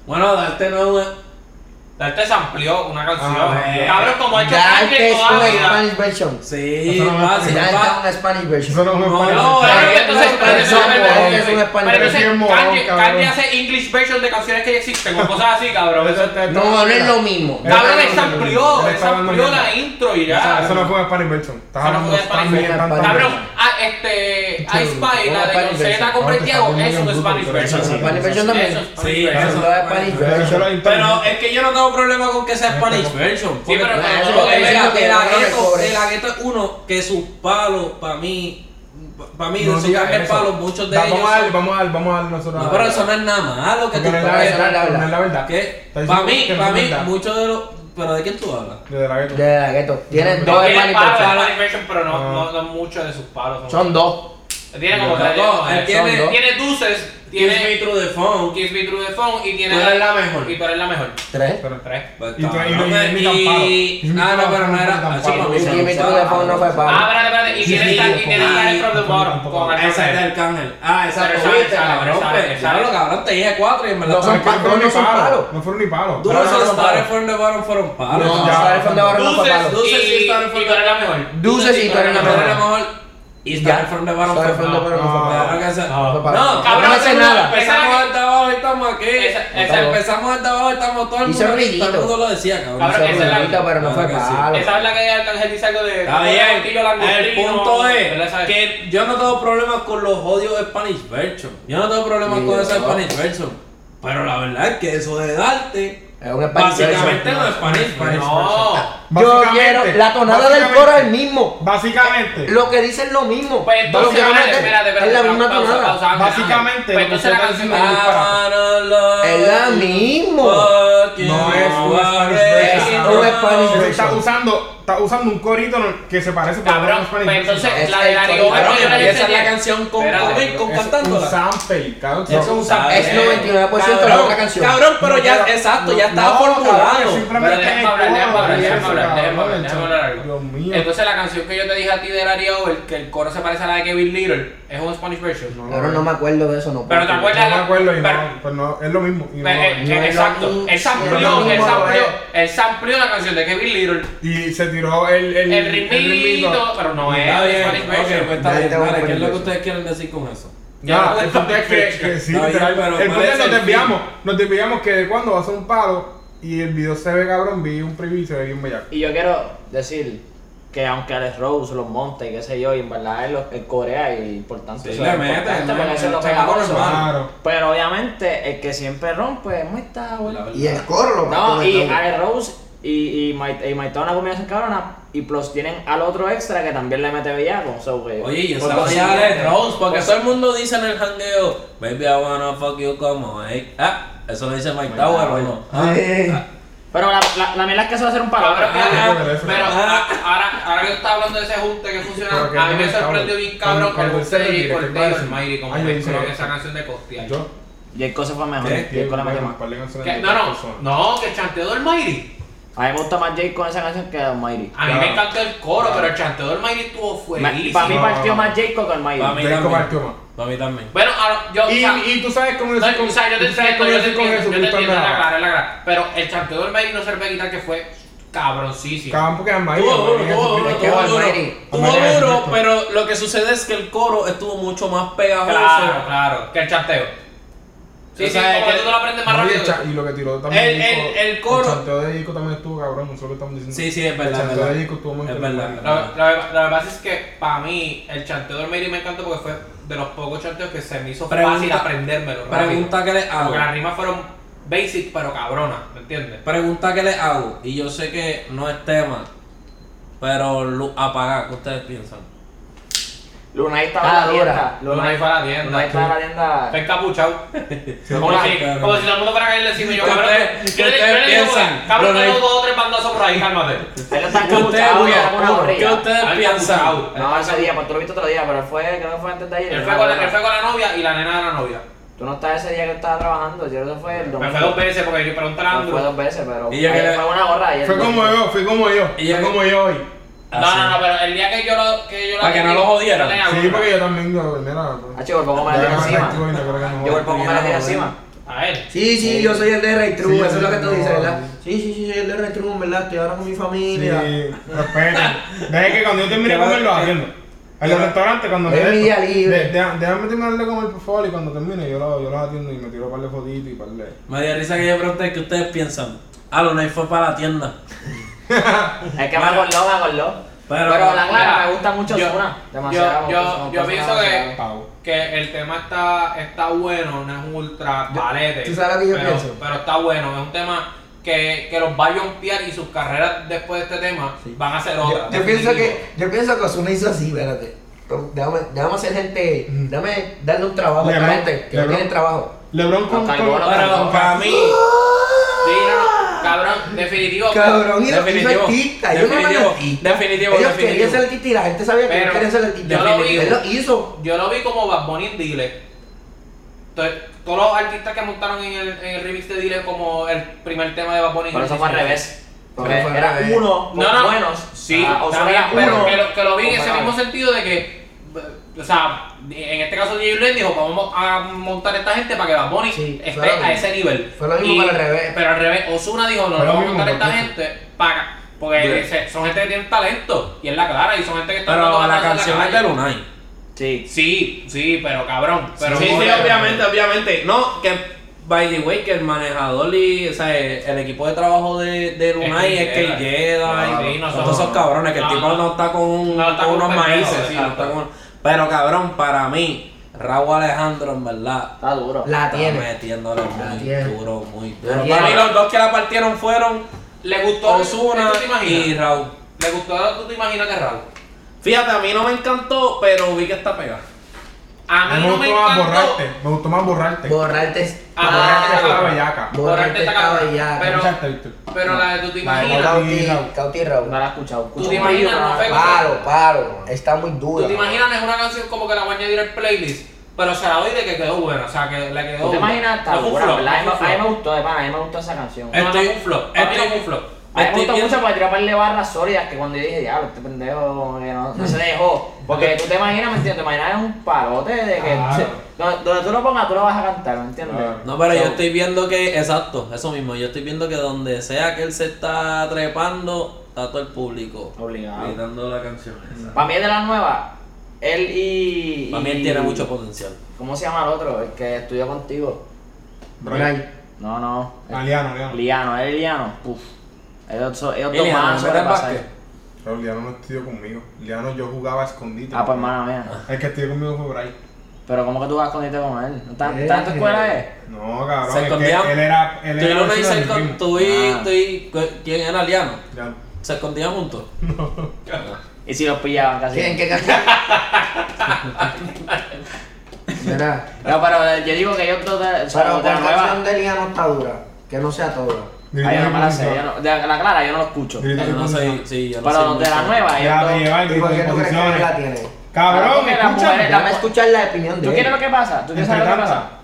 Speaker 2: Bueno, darte no es.
Speaker 1: Darte amplió una canción.
Speaker 5: Ah, eh.
Speaker 1: Cabrón, como ha hecho
Speaker 4: Darte
Speaker 1: Kanye
Speaker 4: este es
Speaker 1: toda la
Speaker 4: una
Speaker 1: vida.
Speaker 4: Spanish version.
Speaker 2: Sí,
Speaker 5: Eso no me
Speaker 2: fácil,
Speaker 4: Ya está
Speaker 2: fácil.
Speaker 4: una Spanish version.
Speaker 5: Eso no es
Speaker 2: No, no,
Speaker 5: Spanish
Speaker 1: Claro
Speaker 5: version.
Speaker 1: que entonces,
Speaker 4: Pero es
Speaker 1: pero entonces, pero
Speaker 4: un
Speaker 1: entonces,
Speaker 4: morón, es un español.
Speaker 1: pero entonces
Speaker 5: Es un morón,
Speaker 1: Kanye-
Speaker 5: cabrón.
Speaker 1: Kanye hace English version de canciones que ya existen o cosas así, cabrón. Eso-
Speaker 5: Eso-
Speaker 4: No, no es lo mismo.
Speaker 1: Cabrón,
Speaker 5: Él está hablando
Speaker 1: examplió,
Speaker 5: mierda. Él está hablando
Speaker 1: examplió la
Speaker 5: mierda.
Speaker 1: intro y
Speaker 5: Eso- Eso
Speaker 1: ya.
Speaker 5: no fue Spanish version.
Speaker 1: Eso
Speaker 5: Estás
Speaker 1: no
Speaker 5: hablando
Speaker 1: fue Spanish
Speaker 5: también
Speaker 4: version.
Speaker 5: tanta
Speaker 1: Cabrón,
Speaker 5: mierda.
Speaker 1: ah, este, Ice Spy, la de Conceta con
Speaker 5: Ahora te está
Speaker 1: Santiago,
Speaker 5: poniendo
Speaker 1: es un
Speaker 5: en
Speaker 1: Spanish
Speaker 5: bruto,
Speaker 1: version.
Speaker 5: pero-
Speaker 4: Spanish version también.
Speaker 1: Eso es Spanish
Speaker 2: Sí,
Speaker 1: version.
Speaker 4: Eso no es Spanish
Speaker 5: Pero eso
Speaker 4: version.
Speaker 5: lo interesa.
Speaker 2: Pero es que yo no tengo problema con que sea Spanish version.
Speaker 1: Sí, pero-
Speaker 2: porque-
Speaker 1: eso
Speaker 4: Eso
Speaker 1: lo
Speaker 4: lo
Speaker 2: porque
Speaker 1: que
Speaker 2: mira,
Speaker 4: diciendo que
Speaker 2: el
Speaker 4: no le
Speaker 2: agueto, el
Speaker 4: cobre.
Speaker 2: agueto es uno que sus palos, para mí, para mí,
Speaker 5: No
Speaker 2: de su
Speaker 5: digas
Speaker 2: caja de
Speaker 5: eso.
Speaker 2: palos, muchos de
Speaker 5: Da-
Speaker 2: ellos.
Speaker 5: Vamos a
Speaker 2: son-
Speaker 5: darle, vamos a darle, vamos a darle nosotros.
Speaker 2: No,
Speaker 5: a-
Speaker 2: pero eso no es nada malo que
Speaker 5: Porque
Speaker 2: tú
Speaker 5: no es la
Speaker 4: pagas,
Speaker 5: verdad,
Speaker 4: no es la
Speaker 5: no es la verdad. Está
Speaker 2: Que
Speaker 5: diciendo
Speaker 2: para mí,
Speaker 5: que no
Speaker 2: para
Speaker 5: es
Speaker 2: mí,
Speaker 5: verdad.
Speaker 2: muchos de los ¿Pero de quién tú hablas?
Speaker 5: Desde la gueto.
Speaker 4: De la gueto. Tienen
Speaker 1: No
Speaker 4: dos
Speaker 1: tiene palos de
Speaker 4: hermanitos.
Speaker 1: Manic Mansion, pero no,
Speaker 5: Ah.
Speaker 1: no, no muchos de sus palos.
Speaker 4: Son dos.
Speaker 1: Tiene como
Speaker 2: Yo
Speaker 1: tres.
Speaker 2: tampoco,
Speaker 1: tiene-
Speaker 2: él tiene-
Speaker 1: son dos. tiene dulces,
Speaker 2: Kiss me
Speaker 1: tiene
Speaker 2: through the phone.
Speaker 1: Kiss Me Through the Phone y tiene.
Speaker 2: Tú eres la mejor.
Speaker 1: Y tú eres la mejor.
Speaker 4: Tres.
Speaker 5: Pero-
Speaker 1: Tres.
Speaker 2: Pues,
Speaker 5: Y tú- y-
Speaker 2: cabrón,
Speaker 5: y- y- y-
Speaker 2: y-
Speaker 5: y-
Speaker 2: Ah, no, pero no era. Ah, sí,
Speaker 5: Y-
Speaker 2: para mí
Speaker 4: Y
Speaker 2: se
Speaker 4: Jimmy
Speaker 2: usaba.
Speaker 4: Teléfono no fue
Speaker 1: Ah,
Speaker 4: para.
Speaker 1: espérate, espérate. Y
Speaker 4: Sí,
Speaker 1: tiene
Speaker 4: sí,
Speaker 1: Star- y
Speaker 4: sí,
Speaker 1: tiene
Speaker 2: sí.
Speaker 1: Starry from the Bottom.
Speaker 5: Ah,
Speaker 1: con
Speaker 2: Ah, Esa es de
Speaker 1: Arcángel.
Speaker 2: Arcángel. Ah, esa
Speaker 1: Pero
Speaker 2: es
Speaker 1: esa-
Speaker 2: viste,
Speaker 1: esa-
Speaker 2: cabrón.
Speaker 1: esa-
Speaker 2: Pues,
Speaker 1: esa-
Speaker 2: claro, cabrón, te dije cuatro y en verdad
Speaker 4: No
Speaker 2: son
Speaker 4: son
Speaker 2: cuatro.
Speaker 4: palos, no son palos.
Speaker 5: No fueron ni palos.
Speaker 4: Tú-
Speaker 2: Dulces,
Speaker 4: no, no, no,
Speaker 2: Starry
Speaker 4: no.
Speaker 2: from the Bottom fueron palos.
Speaker 4: No,
Speaker 5: ya.
Speaker 4: Starry from the Bottom no fue
Speaker 1: Dulces,
Speaker 4: para.
Speaker 2: Dulces
Speaker 1: y,
Speaker 2: y Starry from
Speaker 1: y
Speaker 2: the
Speaker 1: tú eres la mejor.
Speaker 4: Dulces y tú eres la
Speaker 2: Pero era
Speaker 4: mejor.
Speaker 2: mejor. Y Starry from the Bottom
Speaker 4: Starry
Speaker 2: fue
Speaker 4: from the
Speaker 2: palo.
Speaker 4: Bottom no
Speaker 5: No.
Speaker 4: fue para.
Speaker 2: Claro que
Speaker 1: No.
Speaker 2: sí.
Speaker 4: No fue para.
Speaker 2: No,
Speaker 1: cabrón,
Speaker 4: No hace
Speaker 1: tú-
Speaker 4: nada.
Speaker 2: Empezamos hasta abajo y estamos aquí.
Speaker 1: Esa- esa-
Speaker 2: Estamos- Empezamos hasta abajo y estamos todo el
Speaker 4: Hizo
Speaker 2: mundo. aquí,
Speaker 4: ruidito.
Speaker 2: Todo el mundo lo decía, cabrón.
Speaker 1: Cabrón,
Speaker 4: Hizo
Speaker 1: esa es la-
Speaker 4: ruidito, pero no fue
Speaker 2: Claro que sí.
Speaker 4: palo.
Speaker 1: Esa es la que Arcángel dice algo de.
Speaker 2: Está
Speaker 1: Costillo,
Speaker 2: bien, el
Speaker 1: langostino,
Speaker 2: punto es
Speaker 1: ¿verdad?
Speaker 2: que yo no tengo problemas con los odios de Spanish Version. Yo no tengo problemas con
Speaker 4: Mira.
Speaker 2: esa Spanish Version. Pero la verdad es que eso de darte,
Speaker 4: Es un
Speaker 2: básicamente
Speaker 4: español.
Speaker 2: no es Spanish Version.
Speaker 1: No.
Speaker 4: Yo
Speaker 5: Básicamente-
Speaker 4: quiero. La tonada del
Speaker 5: básicamente-
Speaker 4: coro es el mismo.
Speaker 5: Básicamente.
Speaker 4: Lo que dicen es lo mismo.
Speaker 1: Pues
Speaker 4: Lo
Speaker 1: entonces,
Speaker 4: que van a
Speaker 1: espérate,
Speaker 4: hacer
Speaker 1: espérate, espérate.
Speaker 4: Es la
Speaker 1: pausa,
Speaker 4: misma
Speaker 1: pausa,
Speaker 4: tonada.
Speaker 1: pausa, Ángel.
Speaker 5: Básicamente,
Speaker 1: Pues
Speaker 5: lo
Speaker 1: entonces la
Speaker 5: que
Speaker 1: canción.
Speaker 5: está diciendo-
Speaker 4: Es la misma.
Speaker 5: No es un Spanish
Speaker 4: version. Es un Spanish
Speaker 5: Pero
Speaker 4: version.
Speaker 5: Está usando, está usando un corito no- que se parece pero no
Speaker 1: Cabrón,
Speaker 5: es
Speaker 1: pues
Speaker 5: Spanish
Speaker 1: entonces
Speaker 4: Es
Speaker 1: la de la
Speaker 4: el
Speaker 1: Ariel,
Speaker 4: cabrón,
Speaker 1: yo la
Speaker 2: y esa es
Speaker 1: enseñé.
Speaker 2: la canción con,
Speaker 1: Espérate.
Speaker 2: con, con
Speaker 5: Es un
Speaker 2: cantándola.
Speaker 5: sample, cabrón.
Speaker 2: Eso es un
Speaker 1: Pues,
Speaker 2: sample.
Speaker 4: Es 99% la otra canción.
Speaker 2: Cabrón, pero ya,
Speaker 5: queda-
Speaker 2: exacto, ya
Speaker 5: no,
Speaker 2: estaba
Speaker 5: no, cabrón,
Speaker 2: formulado.
Speaker 5: simplemente
Speaker 1: Pero déjame
Speaker 5: es
Speaker 1: hablar, déjame
Speaker 5: coro,
Speaker 1: hablar,
Speaker 5: y
Speaker 1: déjame
Speaker 5: eso,
Speaker 1: hablar,
Speaker 5: cabrón,
Speaker 1: déjame hablar, déjame hablar algo.
Speaker 5: Dios mío.
Speaker 1: Entonces la canción que yo te dije a ti de Larry Over, que el coro se parece a la de Kevin Little, es un Spanish version.
Speaker 5: No,
Speaker 4: Ahora no me acuerdo de eso, no.
Speaker 1: Pero te
Speaker 4: puedo.
Speaker 1: acuerdas.
Speaker 5: No me acuerdo y
Speaker 1: Pero-
Speaker 5: no, pues no, es lo mismo. y no
Speaker 1: Pues,
Speaker 5: lo
Speaker 1: eh,
Speaker 5: ves.
Speaker 1: eh,
Speaker 4: no es lo
Speaker 1: exacto, él
Speaker 4: mismo,
Speaker 5: no es lo
Speaker 1: sampleó, él
Speaker 5: mismo,
Speaker 1: sampleó,
Speaker 5: eh.
Speaker 1: él sampleó la canción de Kevin Little,
Speaker 5: Y se tiró el, el,
Speaker 1: el ritmito, pero no es
Speaker 2: Está bien,
Speaker 1: Spanish version.
Speaker 2: ok, pues está
Speaker 4: Ya
Speaker 2: bien.
Speaker 4: tengo
Speaker 2: Dale, ¿qué es lo que
Speaker 4: Spanish
Speaker 2: ustedes quieren decir con eso?
Speaker 5: Nada, el punto es que, que sí,
Speaker 2: Está bien,
Speaker 5: literal,
Speaker 2: pero
Speaker 5: el punto
Speaker 2: ¿cuál
Speaker 5: es
Speaker 2: es
Speaker 5: que nos
Speaker 2: el
Speaker 5: desviamos, nos desviamos que de cuando va a ser un palo y el video se ve cabrón, vi un preview y se ve bien bellaco.
Speaker 3: Y yo quiero decir que aunque Alex Rose los monte y qué sé yo, y en verdad él, los- él corea y por tanto
Speaker 2: Sí,
Speaker 3: eso
Speaker 2: le
Speaker 3: es
Speaker 2: mete,
Speaker 3: importante
Speaker 2: le
Speaker 3: porque
Speaker 2: mete,
Speaker 3: eso es lo
Speaker 2: el chamaco
Speaker 3: pegajoso.
Speaker 2: normal.
Speaker 5: Claro.
Speaker 3: Pero obviamente el que siempre rompe es Maita, güey.
Speaker 2: La
Speaker 4: Y el corro lo
Speaker 3: No,
Speaker 4: mató de
Speaker 3: y
Speaker 4: todo.
Speaker 3: Alex Rose y, y Maita, y Maita una combinación cabrona y plus tienen al otro extra que también le mete bellaco. So, güey,
Speaker 2: Oye, y
Speaker 3: por
Speaker 2: esa vaya
Speaker 3: consiguiente,
Speaker 2: de Rose, porque
Speaker 3: por-
Speaker 2: todo el mundo dice en el jangueo, baby, I wanna fuck you como Mike. Ah, eso lo dice Mike
Speaker 3: Mike
Speaker 2: Tower, ¿o
Speaker 3: Tower.
Speaker 2: no? Ah,
Speaker 4: Sí.
Speaker 2: ah.
Speaker 3: Pero la, la, la mierda es que se va a hacer un palo.
Speaker 1: Cabrón,
Speaker 3: ¿verdad?
Speaker 5: Ah,
Speaker 1: pero,
Speaker 5: pero-
Speaker 1: pero
Speaker 2: ah,
Speaker 1: ahora, ahora que tú estás hablando de ese ajuste que
Speaker 5: Pero que
Speaker 1: funciona, a mí
Speaker 5: no
Speaker 1: me
Speaker 5: es
Speaker 1: sorprendió
Speaker 5: cabrón.
Speaker 1: bien cabrón que el
Speaker 5: Cuando- cuando
Speaker 1: ajuste
Speaker 5: él se
Speaker 1: de
Speaker 5: retire,
Speaker 1: Cortez
Speaker 5: ¿qué
Speaker 1: y
Speaker 5: pasa?
Speaker 1: Almighty como
Speaker 5: Ay, yo
Speaker 1: me
Speaker 5: hice
Speaker 1: creo
Speaker 5: eso.
Speaker 1: esa canción de Costial.
Speaker 5: Yo,
Speaker 3: Y el coso fue
Speaker 1: Este,
Speaker 3: mejor.
Speaker 2: ¿Qué?
Speaker 3: Jake con la metió más.
Speaker 1: Que- No, no, no, que el chanteo de Almighty.
Speaker 3: A mí me gusta más Jake con esa canción que Almighty.
Speaker 1: A mí
Speaker 5: Claro.
Speaker 1: me encantó el coro,
Speaker 5: Claro.
Speaker 1: pero el chanteo de Almighty estuvo
Speaker 3: Para mí
Speaker 1: fuerísimo.
Speaker 5: no,
Speaker 3: partió
Speaker 5: no.
Speaker 3: más Jake con
Speaker 2: Para
Speaker 3: Almighty.
Speaker 2: mí
Speaker 5: Jake compartió
Speaker 2: también.
Speaker 5: más.
Speaker 2: Para mí también.
Speaker 1: Bueno, ahora, yo, o
Speaker 5: Y,
Speaker 1: sea,
Speaker 5: y tú sabes cómo yo
Speaker 1: No,
Speaker 5: soy con
Speaker 1: o sea, yo te
Speaker 5: tú sabes
Speaker 1: entiendo,
Speaker 5: cómo
Speaker 1: yo
Speaker 5: yo
Speaker 1: te
Speaker 5: soy con
Speaker 1: entiendo,
Speaker 5: eso,
Speaker 1: yo te
Speaker 5: tú
Speaker 1: entiendo,
Speaker 5: también.
Speaker 1: la clara, la clara. Pero el chanteo del Mayri no se le puede quitar que fue cabroncísimo.
Speaker 5: Cabrón, porque es maíz,
Speaker 2: Estuvo duro,
Speaker 5: maíz,
Speaker 2: estuvo duro,
Speaker 5: es
Speaker 2: estuvo
Speaker 4: Almighty.
Speaker 2: duro.
Speaker 4: Almighty
Speaker 2: Estuvo
Speaker 5: es
Speaker 2: duro,
Speaker 5: perfecto.
Speaker 2: pero lo que sucede es que el coro estuvo mucho más pegajoso.
Speaker 1: Claro, claro, que el chanteo. Sí,
Speaker 2: O
Speaker 1: sí,
Speaker 2: sea,
Speaker 1: como
Speaker 2: que-
Speaker 1: tú lo aprendes más
Speaker 5: No, y, el
Speaker 1: rápido.
Speaker 5: cha- y lo que tiró también
Speaker 2: El- el-
Speaker 5: Yico,
Speaker 2: el coro.
Speaker 5: chanteo de Yico también estuvo cabrón, eso que estamos diciendo.
Speaker 2: Sí, sí, es
Speaker 5: El
Speaker 2: verdad.
Speaker 5: chanteo de
Speaker 2: verdad.
Speaker 5: Yico estuvo muy
Speaker 2: Es
Speaker 5: interesante.
Speaker 2: verdad.
Speaker 1: La, la- la verdad es que para mí el chanteo del Mayri me encantó porque fue de los pocos chanteos que se me hizo fácil
Speaker 2: Pregunta-
Speaker 1: aprendérmelo. rápido.
Speaker 2: Pregunta que le hago.
Speaker 1: Porque las rimas fueron basic pero cabronas, ¿me entiendes?
Speaker 2: Pregunta que le hago. Y yo sé que no es tema. Pero luz apagada, ¿qué ustedes piensan?
Speaker 3: Luna estaba en
Speaker 4: Está
Speaker 3: la
Speaker 4: dura.
Speaker 3: tienda.
Speaker 1: Luna y fue a la
Speaker 3: Luna
Speaker 1: tienda.
Speaker 3: estaba en la tienda.
Speaker 1: Fue encapuchado. Como si,
Speaker 2: claro.
Speaker 1: como si todo el mundo fuera a caerle encima y yo,
Speaker 2: ¿Qué
Speaker 1: cabrón.
Speaker 2: ustedes-
Speaker 1: Yo le
Speaker 2: qué
Speaker 1: yo
Speaker 2: ustedes
Speaker 1: le digo,
Speaker 2: piensan?
Speaker 1: cabrón,
Speaker 2: Lo
Speaker 1: tengo
Speaker 2: de-
Speaker 1: dos o tres bandazos por ahí, cálmate.
Speaker 3: Él está
Speaker 2: ¿Qué ustedes,
Speaker 3: encapuchado,
Speaker 2: Julia?
Speaker 3: está con una
Speaker 2: ¿Qué
Speaker 3: gorrilla.
Speaker 2: ustedes
Speaker 1: Ay,
Speaker 2: piensan?
Speaker 1: abusado.
Speaker 3: No, ese día, pues tú lo viste otro día, pero fue, creo que fue antes de ayer.
Speaker 1: Él
Speaker 3: no
Speaker 1: fue,
Speaker 3: me
Speaker 1: con la,
Speaker 3: acuerdo.
Speaker 1: él fue con la novia y la nena de la novia.
Speaker 3: Tú no estás ese día que estaba trabajando, yo creo que fue el
Speaker 1: Me
Speaker 3: domingo.
Speaker 1: fue dos veces porque yo pregunté a
Speaker 3: Me fue
Speaker 1: Andrew.
Speaker 3: dos veces, pero
Speaker 2: Y yo
Speaker 3: ayer
Speaker 2: que-
Speaker 3: fue una gorra ayer.
Speaker 5: Fue como yo, fue como yo,
Speaker 2: Y ya-
Speaker 5: fue como yo hoy.
Speaker 1: No, no, no, pero el día que yo lo. Que yo la
Speaker 2: Para que no
Speaker 1: atendí,
Speaker 2: lo jodieran.
Speaker 1: yo tenía
Speaker 5: Sí,
Speaker 1: una.
Speaker 5: porque yo también, yo, mira.
Speaker 3: Ah, chico, ¿cómo me la
Speaker 5: ya
Speaker 3: tiré
Speaker 5: me activo
Speaker 3: encima?
Speaker 5: y no creo que no
Speaker 3: Yo
Speaker 5: voy.
Speaker 3: por poco me la tiré encima.
Speaker 1: A él.
Speaker 4: Sí, sí, yo soy el de Ray True,
Speaker 5: Sí,
Speaker 4: eso es lo que tú
Speaker 5: no.
Speaker 4: dices, ¿verdad? Sí, sí, sí, soy el de Ray True, ¿verdad? Estoy ahora con mi familia.
Speaker 5: Sí, respeta. Deja que cuando yo termine de comer lo haciendo. En los restaurantes, cuando
Speaker 4: Es
Speaker 5: me
Speaker 4: mi día libre.
Speaker 5: de- deja- déjame terminar de comer, por favor, y cuando termine yo, lo- yo los atiendo y me tiro un par de fotitos y par de.
Speaker 2: Me dio risa que yo pregunté qué ustedes piensan. Ah, Lunay fue para la tienda.
Speaker 3: Es que me acordó, me acordó.
Speaker 2: Pero-
Speaker 3: Pero, la clara, me gusta mucho
Speaker 1: Yo-
Speaker 3: Zuna.
Speaker 1: yo-
Speaker 3: Demasiado.
Speaker 1: yo-
Speaker 3: mucho, son
Speaker 1: yo
Speaker 3: personas
Speaker 1: pienso que-
Speaker 3: demasiado.
Speaker 5: Pau.
Speaker 1: Que el tema está, está bueno, no es un ultra
Speaker 4: Yo-
Speaker 1: palete.
Speaker 4: ¿tú sabes lo que yo
Speaker 1: pero,
Speaker 4: pienso?
Speaker 1: Pero está bueno, es un tema que, que los va a jumpear y sus carreras después de este tema
Speaker 4: Sí.
Speaker 1: van a ser
Speaker 4: Yo,
Speaker 1: otras.
Speaker 4: yo pienso
Speaker 1: definitivo.
Speaker 4: que, yo pienso que Osuna hizo así, espérate. Déjame, déjame hacer gente,
Speaker 5: Mm.
Speaker 4: déjame darle un trabajo a esta
Speaker 5: Lebron,
Speaker 4: gente que no
Speaker 5: Lebron.
Speaker 4: tiene trabajo.
Speaker 5: Lebron con.
Speaker 3: Hasta el
Speaker 5: con-
Speaker 3: bola,
Speaker 2: Pero
Speaker 3: Tampoco.
Speaker 2: para mí,
Speaker 1: Sí, no, no. Cabrón, definitivo.
Speaker 4: Cabrón, y los hizo
Speaker 2: Definitivo.
Speaker 4: artista. Ellos no eran
Speaker 2: Definitivo.
Speaker 4: artistas.
Speaker 2: Definitivo,
Speaker 4: Ellos
Speaker 2: definitivo.
Speaker 4: querían ser artistas y la gente sabía que
Speaker 1: Pero,
Speaker 4: ellos querían ser artistas.
Speaker 1: yo lo vi.
Speaker 4: Él lo hizo.
Speaker 1: Yo lo vi como Bad Bunny en Dile. Entonces, todos los artistas que montaron en el, en el remix de Dile como el primer tema de Bad Bunny.
Speaker 3: Pero eso fue al revés. Porque
Speaker 4: Pero fue al
Speaker 3: era
Speaker 4: revés.
Speaker 3: uno,
Speaker 1: No, no.
Speaker 3: buenos.
Speaker 1: Sí,
Speaker 3: ah, o sea,
Speaker 1: también,
Speaker 3: era
Speaker 1: pero
Speaker 3: uno
Speaker 1: que lo, que lo vi en ese
Speaker 3: comparable.
Speaker 1: mismo sentido de que. O sea, en este caso DJ Blend dijo, vamos a montar a esta gente para que Bad Bunny
Speaker 4: Sí,
Speaker 1: esté
Speaker 4: fue lo
Speaker 1: a
Speaker 4: mismo.
Speaker 1: ese nivel.
Speaker 4: Fue lo mismo, pero al revés.
Speaker 1: Pero al revés, Osuna dijo, no,
Speaker 5: Fue
Speaker 1: no
Speaker 5: lo
Speaker 1: vamos a
Speaker 5: mismo,
Speaker 1: montar a esta
Speaker 5: porque-
Speaker 1: gente para. Porque
Speaker 2: Bien.
Speaker 1: dice, son gente que tiene talento y es la clara y son gente que está
Speaker 2: Pero
Speaker 1: dando
Speaker 2: la
Speaker 1: batazos en
Speaker 2: canción es de
Speaker 1: calle.
Speaker 2: Lunay.
Speaker 3: Sí.
Speaker 1: Sí, sí, pero cabrón. Pero
Speaker 2: sí, sí,
Speaker 1: como que-
Speaker 2: obviamente, obviamente. No, que by the way, que el manejador y o sea, el, el equipo de trabajo de, de Lunay
Speaker 1: Es
Speaker 2: es que
Speaker 1: Jedi.
Speaker 2: Jedi.
Speaker 1: Sí,
Speaker 2: y
Speaker 1: no
Speaker 2: todos
Speaker 1: son-
Speaker 2: esos cabrones, que el
Speaker 1: no,
Speaker 2: tipo
Speaker 1: no.
Speaker 2: no, está con, un-
Speaker 1: No está
Speaker 2: con
Speaker 1: con
Speaker 2: unos
Speaker 1: pendejo,
Speaker 2: maíces. sí, no
Speaker 1: exacto.
Speaker 2: está con- pero cabrón, para mí, Raúl Alejandro, en verdad.
Speaker 3: Está duro.
Speaker 1: Ah,
Speaker 4: La
Speaker 2: Está
Speaker 4: tiene.
Speaker 2: metiéndole
Speaker 4: La
Speaker 2: muy
Speaker 4: tiene.
Speaker 2: duro, muy
Speaker 4: La
Speaker 2: duro.
Speaker 4: tiene.
Speaker 2: Para mí los dos que la partieron fueron
Speaker 1: Le gustó
Speaker 2: Ozuna
Speaker 1: ¿tú te imaginas?
Speaker 2: y Raúl.
Speaker 1: Le gustó, tú te imaginas que Raúl.
Speaker 2: Fíjate, a mí no me encantó, pero vi que está pegada.
Speaker 1: A mí
Speaker 5: me
Speaker 1: no me
Speaker 5: gustó más
Speaker 1: encantó.
Speaker 5: borrarte. Me gustó más borrarte.
Speaker 4: Borrarte.
Speaker 1: Ah,
Speaker 5: Borrarte
Speaker 1: ah,
Speaker 5: estaba
Speaker 1: ah,
Speaker 5: bellaca.
Speaker 1: Borrarte
Speaker 4: Borrarte
Speaker 1: está
Speaker 4: estaba
Speaker 1: cabrón,
Speaker 4: ya.
Speaker 1: pero-
Speaker 5: Escuchaste, Víctor.
Speaker 1: Pero la de tú te
Speaker 5: La de
Speaker 1: imaginas.
Speaker 4: Cauti,
Speaker 5: Raúl.
Speaker 4: Cauti
Speaker 3: No
Speaker 4: Raúl.
Speaker 3: la he escuchado.
Speaker 1: ¿Tú te imaginas? No fue
Speaker 4: Paro, paro. Está muy
Speaker 1: ¿Tú
Speaker 4: dura.
Speaker 1: te imaginas? Es una canción como que la voy a añadir al playlist. Pero se la doy de que quedó buena. O sea, que le quedó.
Speaker 3: ¿Tú te
Speaker 1: buena.
Speaker 3: imaginas? Está
Speaker 1: No fue un
Speaker 3: dura,
Speaker 1: flop,
Speaker 3: ¿verdad? A mí
Speaker 1: no Eh, fue
Speaker 3: a mí me
Speaker 1: un flop.
Speaker 3: gustó, de pana, a mí me gustó esa canción.
Speaker 1: No, no
Speaker 2: Estoy-
Speaker 1: fue un flop. A mí no
Speaker 2: estoy-
Speaker 1: fue un flop.
Speaker 3: A mí me
Speaker 2: Estoy
Speaker 3: gustó
Speaker 2: viendo-
Speaker 3: mucho porque tiró un par de barras sólidas que cuando yo dije, diablo, este pendejo que no,
Speaker 1: Mm.
Speaker 3: no se dejó. Porque tú te imaginas, ¿me entiendes? Te imaginas un parote de que.
Speaker 5: Claro.
Speaker 3: Donde, donde tú lo pongas, tú lo vas a cantar, ¿me entiendes?
Speaker 5: Claro.
Speaker 2: No, pero yo
Speaker 3: So,
Speaker 2: estoy viendo que, exacto, eso mismo, yo estoy viendo que donde sea que él se está trepando, está todo el público
Speaker 3: Obligado.
Speaker 2: gritando la canción. esa.
Speaker 3: Para mí es de las nuevas. Él y.
Speaker 2: Para mí él
Speaker 3: y-
Speaker 2: tiene mucho potencial.
Speaker 3: ¿Cómo se llama el otro? El que estudió contigo.
Speaker 4: Brian.
Speaker 3: No, no.
Speaker 5: Aliano, Aliano.
Speaker 3: Liano, él es Liano. Puf. Ellos, so- ellos dos
Speaker 2: Eliano,
Speaker 3: más
Speaker 2: ¿no era el
Speaker 3: sobrepasados.
Speaker 2: básquet?
Speaker 5: Raúl Liano no estudió conmigo. Liano yo jugaba a escondite.
Speaker 3: Ah, pues mala mía.
Speaker 5: El que estudió conmigo fue Brian.
Speaker 3: Pero ¿cómo que tú vas con este con él? ¿No está,
Speaker 4: Eh.
Speaker 3: está en tu escuela, eh?
Speaker 5: No, cabrón.
Speaker 2: Se
Speaker 5: es que
Speaker 2: escondía-
Speaker 5: él era. Él
Speaker 2: Tú y
Speaker 5: era
Speaker 2: Luna y
Speaker 5: vecino de
Speaker 2: se
Speaker 5: mi
Speaker 2: escon-
Speaker 5: primo.
Speaker 2: tú y-
Speaker 3: Ah.
Speaker 2: tú y- cu- ¿Quién era Liano?
Speaker 5: Liano.
Speaker 2: ¿Se escondían juntos?
Speaker 3: Y si los pillaban casi.
Speaker 4: Tienen que cantar. *laughs* Mira,
Speaker 3: No, pero eh, yo digo que ellos dos de, o sea,
Speaker 4: pero
Speaker 3: los de
Speaker 4: por
Speaker 3: la
Speaker 4: canción
Speaker 3: nueva.
Speaker 4: de Lía no está dura. Que no sea toda.
Speaker 5: Grito
Speaker 3: Ah, yo no me la sé, yo
Speaker 5: imposición.
Speaker 3: no, de la la clara yo no lo escucho.
Speaker 5: Grito
Speaker 2: Yo no sé,
Speaker 5: imposición.
Speaker 2: sí, yo no
Speaker 3: Pero
Speaker 2: sé
Speaker 3: los de
Speaker 2: mucho.
Speaker 3: la nueva, ellos
Speaker 5: Déjate
Speaker 3: dos.
Speaker 5: llevar,
Speaker 4: ¿Y por
Speaker 5: grito
Speaker 4: qué tú crees que no
Speaker 5: imposiciones.
Speaker 4: la tiene?
Speaker 5: Cabrón,
Speaker 3: Porque las mujeres-
Speaker 5: escucha.
Speaker 4: Déjame escuchar la opinión de
Speaker 3: ¿Tú quieres
Speaker 4: él.
Speaker 3: lo que pasa? ¿Tú quieres
Speaker 5: Entre
Speaker 3: saber lo que
Speaker 5: tantas.
Speaker 3: pasa?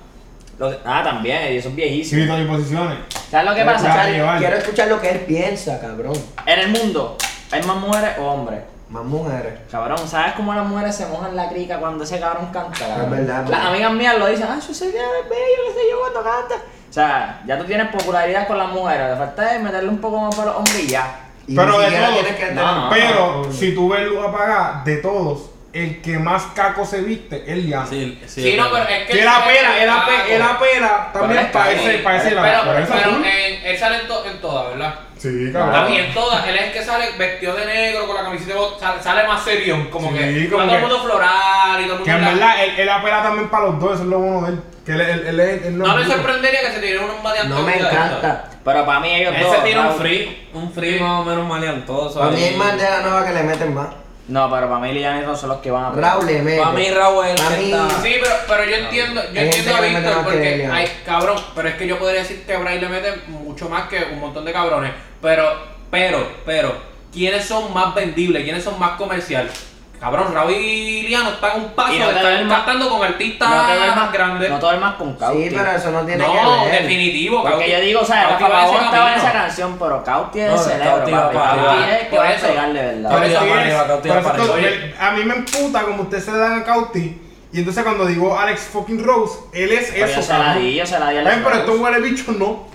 Speaker 3: Lo- ah, también, ellos son viejísimos.
Speaker 5: Grito imposiciones.
Speaker 3: ¿Sabes lo que
Speaker 4: Quiero
Speaker 3: pasa?
Speaker 5: Claro.
Speaker 4: escuchar-
Speaker 5: Charlie, vale.
Speaker 4: Quiero escuchar lo que él piensa, cabrón.
Speaker 3: En el mundo, ¿hay más mujeres o hombres?
Speaker 4: Más mujeres.
Speaker 3: Cabrón, ¿sabes cómo las mujeres se mojan la crica cuando ese cabrón canta? cabrón?
Speaker 4: Es verdad,
Speaker 3: Las
Speaker 4: verdad.
Speaker 3: amigas mías lo dicen, ah, yo sé que es bello, qué sé yo, cuando canta. O sea, ya tú tienes popularidad con las mujeres, le falta es meterle un poco más para los hombres y ya.
Speaker 4: Y
Speaker 5: Pero
Speaker 4: ni
Speaker 5: de
Speaker 4: siquiera
Speaker 5: todos,
Speaker 4: tienes que
Speaker 3: no, no.
Speaker 4: ah,
Speaker 5: Pero si tú ves luz apagada, de todos, el que más caco se viste es Liano.
Speaker 2: Sí, sí.
Speaker 1: Sí, no, pero es que.
Speaker 5: Que la pera, era
Speaker 1: Ah,
Speaker 5: pera, era pera,
Speaker 3: Pero
Speaker 5: también
Speaker 3: es
Speaker 5: parece,
Speaker 3: caco.
Speaker 5: parece la
Speaker 1: Pero,
Speaker 5: por eso
Speaker 1: pero eh,
Speaker 5: tú-
Speaker 1: en- él sale en, to- en todas, ¿verdad?
Speaker 5: Sí,
Speaker 1: A
Speaker 5: cabrón.
Speaker 1: mí en todas, él es el que sale vestido de negro con la camiseta de bot- sale, sale más serio, como
Speaker 5: Sí,
Speaker 1: que
Speaker 5: como
Speaker 1: con todo el
Speaker 5: que-
Speaker 1: mundo floral y todo el mundo
Speaker 5: Que en
Speaker 1: blanco.
Speaker 5: verdad, él, él apela también para los dos, eso es lo bueno de él. Que él, él, él, él- él
Speaker 1: No
Speaker 5: es
Speaker 1: me
Speaker 5: duro.
Speaker 1: sorprendería que se tirara unos maleantes.
Speaker 4: No me
Speaker 1: de esto.
Speaker 4: encanta.
Speaker 3: Pero eh, para mí ellos
Speaker 2: Él
Speaker 3: dos.
Speaker 2: se tira un
Speaker 3: Raúl-
Speaker 2: free, un free más o menos maleantoso.
Speaker 4: Para
Speaker 2: ahí.
Speaker 4: mí hay más de la nueva que le meten más.
Speaker 3: No, pero para mí Lian y Ron son los que van a
Speaker 4: Raúl le mete.
Speaker 2: Para mí Raúl es el
Speaker 4: Para
Speaker 2: que
Speaker 4: mí-
Speaker 2: está-
Speaker 1: Sí, pero, pero yo entiendo, yo
Speaker 4: Hay gente
Speaker 1: entiendo a
Speaker 4: que le mete
Speaker 1: Víctor
Speaker 4: más que
Speaker 1: porque
Speaker 4: Elian.
Speaker 1: ay, cabrón, pero es que yo podría decir que Bray le mete mucho más que un montón de cabrones, pero, pero, pero, ¿quiénes son más vendibles? ¿Quiénes son más comerciales? Cabrón, Raúl y Liano están a un paso
Speaker 3: Y
Speaker 1: de
Speaker 3: no te
Speaker 1: estar
Speaker 3: ven más-
Speaker 1: cantando con artistas
Speaker 3: No te ves
Speaker 1: más grandes.
Speaker 3: No
Speaker 1: No,
Speaker 3: te ves más con Cauti.
Speaker 4: Sí, pero eso no tiene que ver.
Speaker 1: definitivo,
Speaker 3: Porque
Speaker 1: Cauti-
Speaker 3: yo digo, o sea,
Speaker 1: Cauti
Speaker 3: Rafa
Speaker 1: va a ese
Speaker 3: Pavón estaba en
Speaker 1: camino.
Speaker 3: esa canción, pero Cauti es
Speaker 2: No,
Speaker 3: el cerebro,
Speaker 2: Cauti va
Speaker 3: papi.
Speaker 2: para
Speaker 3: Cauti
Speaker 1: allá.
Speaker 3: es el que
Speaker 1: Por
Speaker 3: va a
Speaker 1: eso.
Speaker 3: pegarle, ¿verdad?
Speaker 5: Por
Speaker 2: Cauti
Speaker 5: eso
Speaker 2: para
Speaker 5: es-
Speaker 2: arriba, Cauti
Speaker 5: por
Speaker 2: para
Speaker 5: eso es que
Speaker 2: arriba.
Speaker 5: él- A mí me emputa como ustedes se dan a Cauti. Y entonces cuando digo Alex fucking Rose, él es
Speaker 3: Pero yo
Speaker 5: eso,
Speaker 3: se la
Speaker 5: cabrón.
Speaker 3: di, yo se la di a
Speaker 5: Ven, pero
Speaker 3: Alex
Speaker 5: estos
Speaker 3: Rose.
Speaker 5: huele bicho no.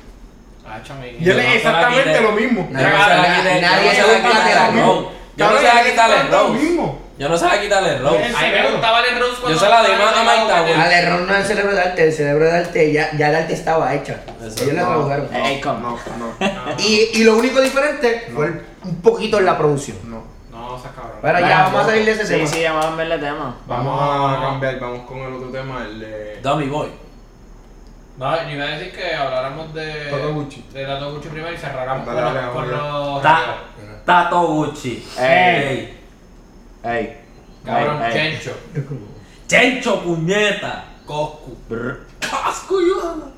Speaker 1: Ah, chame,
Speaker 5: Y él
Speaker 2: no se
Speaker 5: es
Speaker 2: la
Speaker 5: exactamente
Speaker 2: quité.
Speaker 5: lo mismo.
Speaker 2: Yo no se la quité-
Speaker 4: Nadie
Speaker 2: yo no se la
Speaker 4: nunca
Speaker 2: quité
Speaker 4: te
Speaker 2: a
Speaker 4: la
Speaker 2: Rose.
Speaker 5: dio.
Speaker 2: Yo no se la quité a Alex
Speaker 5: Lo
Speaker 2: Rose.
Speaker 5: mismo.
Speaker 2: Yo no se la quité a Alex Rose.
Speaker 1: A mí me gustaba el Rose cuando
Speaker 2: Yo se la di más a
Speaker 1: estaba
Speaker 2: Mike
Speaker 1: con
Speaker 2: Tower.
Speaker 1: el-
Speaker 4: Al error no es el cerebro de arte, el cerebro de arte ya, ya el arte estaba hecha.
Speaker 2: Eso
Speaker 4: Ellos la
Speaker 5: no.
Speaker 4: trabajaron.
Speaker 3: Eh, eh, con-
Speaker 5: No, *laughs* no,
Speaker 4: Y, y lo único diferente fue el- un poquito en la producción.
Speaker 5: no.
Speaker 1: No, o sea, cabrón.
Speaker 4: Pero
Speaker 5: Vaya,
Speaker 4: ya vamos a salir de ese
Speaker 3: Sí,
Speaker 4: tema.
Speaker 3: sí, vamos a verle tema.
Speaker 5: Vamos a cambiar, vamos con el otro tema, el de...
Speaker 2: Dummy Boy.
Speaker 1: No, yo iba a decir que habláramos de.
Speaker 5: Tato Gucci.
Speaker 1: De Tato Gucci primero y cerráramos
Speaker 5: Dale,
Speaker 1: con,
Speaker 5: dale,
Speaker 1: los- con
Speaker 5: dale.
Speaker 1: los.
Speaker 2: Ta- Tato Gucci.
Speaker 3: Ey.
Speaker 2: Ey.
Speaker 3: Ey.
Speaker 1: Cabrón,
Speaker 3: Ey, ey.
Speaker 1: Chencho,
Speaker 2: Chencho, puñeta.
Speaker 1: Coscu,
Speaker 3: Brr.
Speaker 2: Casco, yo.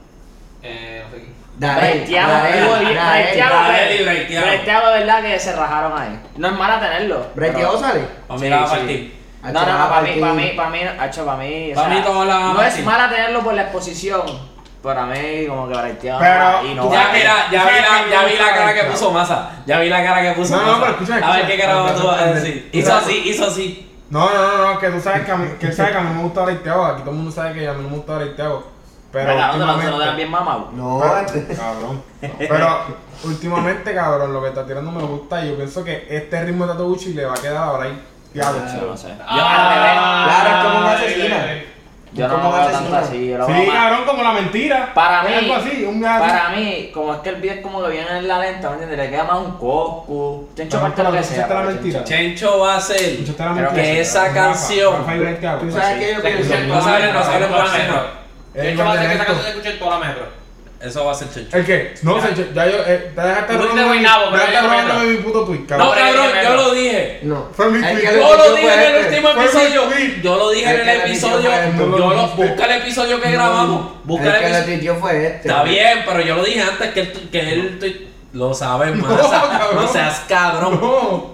Speaker 1: eh, no sé quién.
Speaker 4: Darel,
Speaker 3: Breteado,
Speaker 4: Darel,
Speaker 3: Breteado,
Speaker 4: Darel.
Speaker 3: Breteado,
Speaker 2: Darel y Breteado.
Speaker 3: Breteado, de verdad que se rajaron ahí. No es mala tenerlo.
Speaker 4: Breteado
Speaker 3: pero-
Speaker 4: sale.
Speaker 2: Para
Speaker 3: Sí,
Speaker 2: mí la va a
Speaker 3: sí.
Speaker 2: partir.
Speaker 3: No,
Speaker 4: Ah,
Speaker 3: no,
Speaker 4: chaval,
Speaker 3: no, para mí,
Speaker 4: aquí.
Speaker 3: para mí, para mí, hacho, para mí. o
Speaker 2: Pa'
Speaker 3: sea,
Speaker 2: mí toda la-
Speaker 3: No es
Speaker 2: sí.
Speaker 3: mala tenerlo por la exposición. Para mí, como que breteado.
Speaker 5: Pero-
Speaker 3: y
Speaker 5: tú
Speaker 3: no.
Speaker 2: Ya
Speaker 5: sabes-
Speaker 2: mira, ya vi la, ya vi la cara que
Speaker 5: No.
Speaker 2: puso Massa. Ya vi la cara que puso
Speaker 5: No, no,
Speaker 2: Massa.
Speaker 5: pero escúchame,
Speaker 2: A ver
Speaker 5: escúchame.
Speaker 2: qué carajo tú vas a
Speaker 5: Escúchame.
Speaker 2: decir. Hizo así, hizo así.
Speaker 5: No, no, no, no, que tú sabes que a mí, que él sabe que a mí me gusta Areiteago. Aquí todo el mundo sabe que a mí no me gusta Areiteago. Pero.
Speaker 3: Venga, ¿dónde lo- se lo
Speaker 5: últimamente-
Speaker 3: dan bien mamado?
Speaker 4: No, este-
Speaker 5: Pero- Cabrón. Pero últimamente, cabrón, lo que está tirando me gusta. Y yo pienso que este ritmo de Tatuchi le va a quedar ahora ahí. Diablo,
Speaker 3: Yo no sé. Yo
Speaker 1: Ah,
Speaker 4: Claro, es como una
Speaker 1: ay,
Speaker 4: asesina.
Speaker 1: ay, ay.
Speaker 3: Yo no
Speaker 4: ¿Cómo
Speaker 3: lo veo
Speaker 4: haces
Speaker 3: tanto
Speaker 4: una?
Speaker 3: así, yo lo veo
Speaker 5: Sí,
Speaker 3: más-
Speaker 5: cabrón, como la mentira.
Speaker 3: Para
Speaker 5: Es
Speaker 3: mí,
Speaker 5: Algo así, un viaje así.
Speaker 3: para mí, como es que el video es como que viene en la lenta, ¿me entiendes? Le queda más un coco. Chencho
Speaker 5: Pero
Speaker 3: parte lo
Speaker 5: cuando
Speaker 3: que
Speaker 5: tú
Speaker 3: sea.
Speaker 5: hiciste la
Speaker 3: pero
Speaker 5: mentira.
Speaker 3: Chencho-
Speaker 2: Chencho va a ser.
Speaker 5: Escuchaste la
Speaker 3: Creo
Speaker 5: mentira.
Speaker 2: que esa
Speaker 5: Rafa,
Speaker 2: canción-
Speaker 5: Rafa y Breteado.
Speaker 4: tú sabes que yo
Speaker 1: Se escucha
Speaker 4: pienso.
Speaker 1: en
Speaker 2: No
Speaker 1: toda la
Speaker 2: saben,
Speaker 1: metro,
Speaker 2: no saben
Speaker 1: en toda la
Speaker 2: por
Speaker 1: metro.
Speaker 2: metro.
Speaker 5: Eh,
Speaker 1: De hecho, va a ser que esa canción se escuche en toda la metro.
Speaker 2: Eso va a ser Chencho.
Speaker 5: ¿El qué? No, se- ya yo. eh, Te
Speaker 1: Tú
Speaker 5: dejaste
Speaker 1: fuiste
Speaker 5: robando mi-
Speaker 1: guaynabo, pero
Speaker 5: te dejaste
Speaker 1: yo no
Speaker 5: robando
Speaker 1: entro.
Speaker 5: mi puto tweet, cabrón.
Speaker 2: No,
Speaker 1: pero
Speaker 2: cabrón,
Speaker 1: es que
Speaker 2: yo
Speaker 1: metro.
Speaker 2: lo dije.
Speaker 4: No.
Speaker 5: Fue mi
Speaker 4: El que
Speaker 5: tweet.
Speaker 4: lo
Speaker 2: Yo lo
Speaker 4: escuchó
Speaker 2: dije
Speaker 4: fue
Speaker 2: en el
Speaker 4: este.
Speaker 2: último
Speaker 5: Fue mi
Speaker 2: episodio.
Speaker 5: tweet.
Speaker 2: Yo lo dije en
Speaker 4: El que
Speaker 2: el
Speaker 4: le pidió
Speaker 2: episodio.
Speaker 4: fue él,
Speaker 5: no lo
Speaker 2: Yo lo
Speaker 5: dijiste.
Speaker 2: busca el episodio que grabamos. Busca
Speaker 4: el
Speaker 2: el
Speaker 4: que le
Speaker 2: episodio.
Speaker 4: tuiteó fue este.
Speaker 2: Está bien, pero yo lo dije antes que él que él tuit- lo sabe Massa.
Speaker 5: cabrón.
Speaker 2: No seas cabrón.
Speaker 5: No.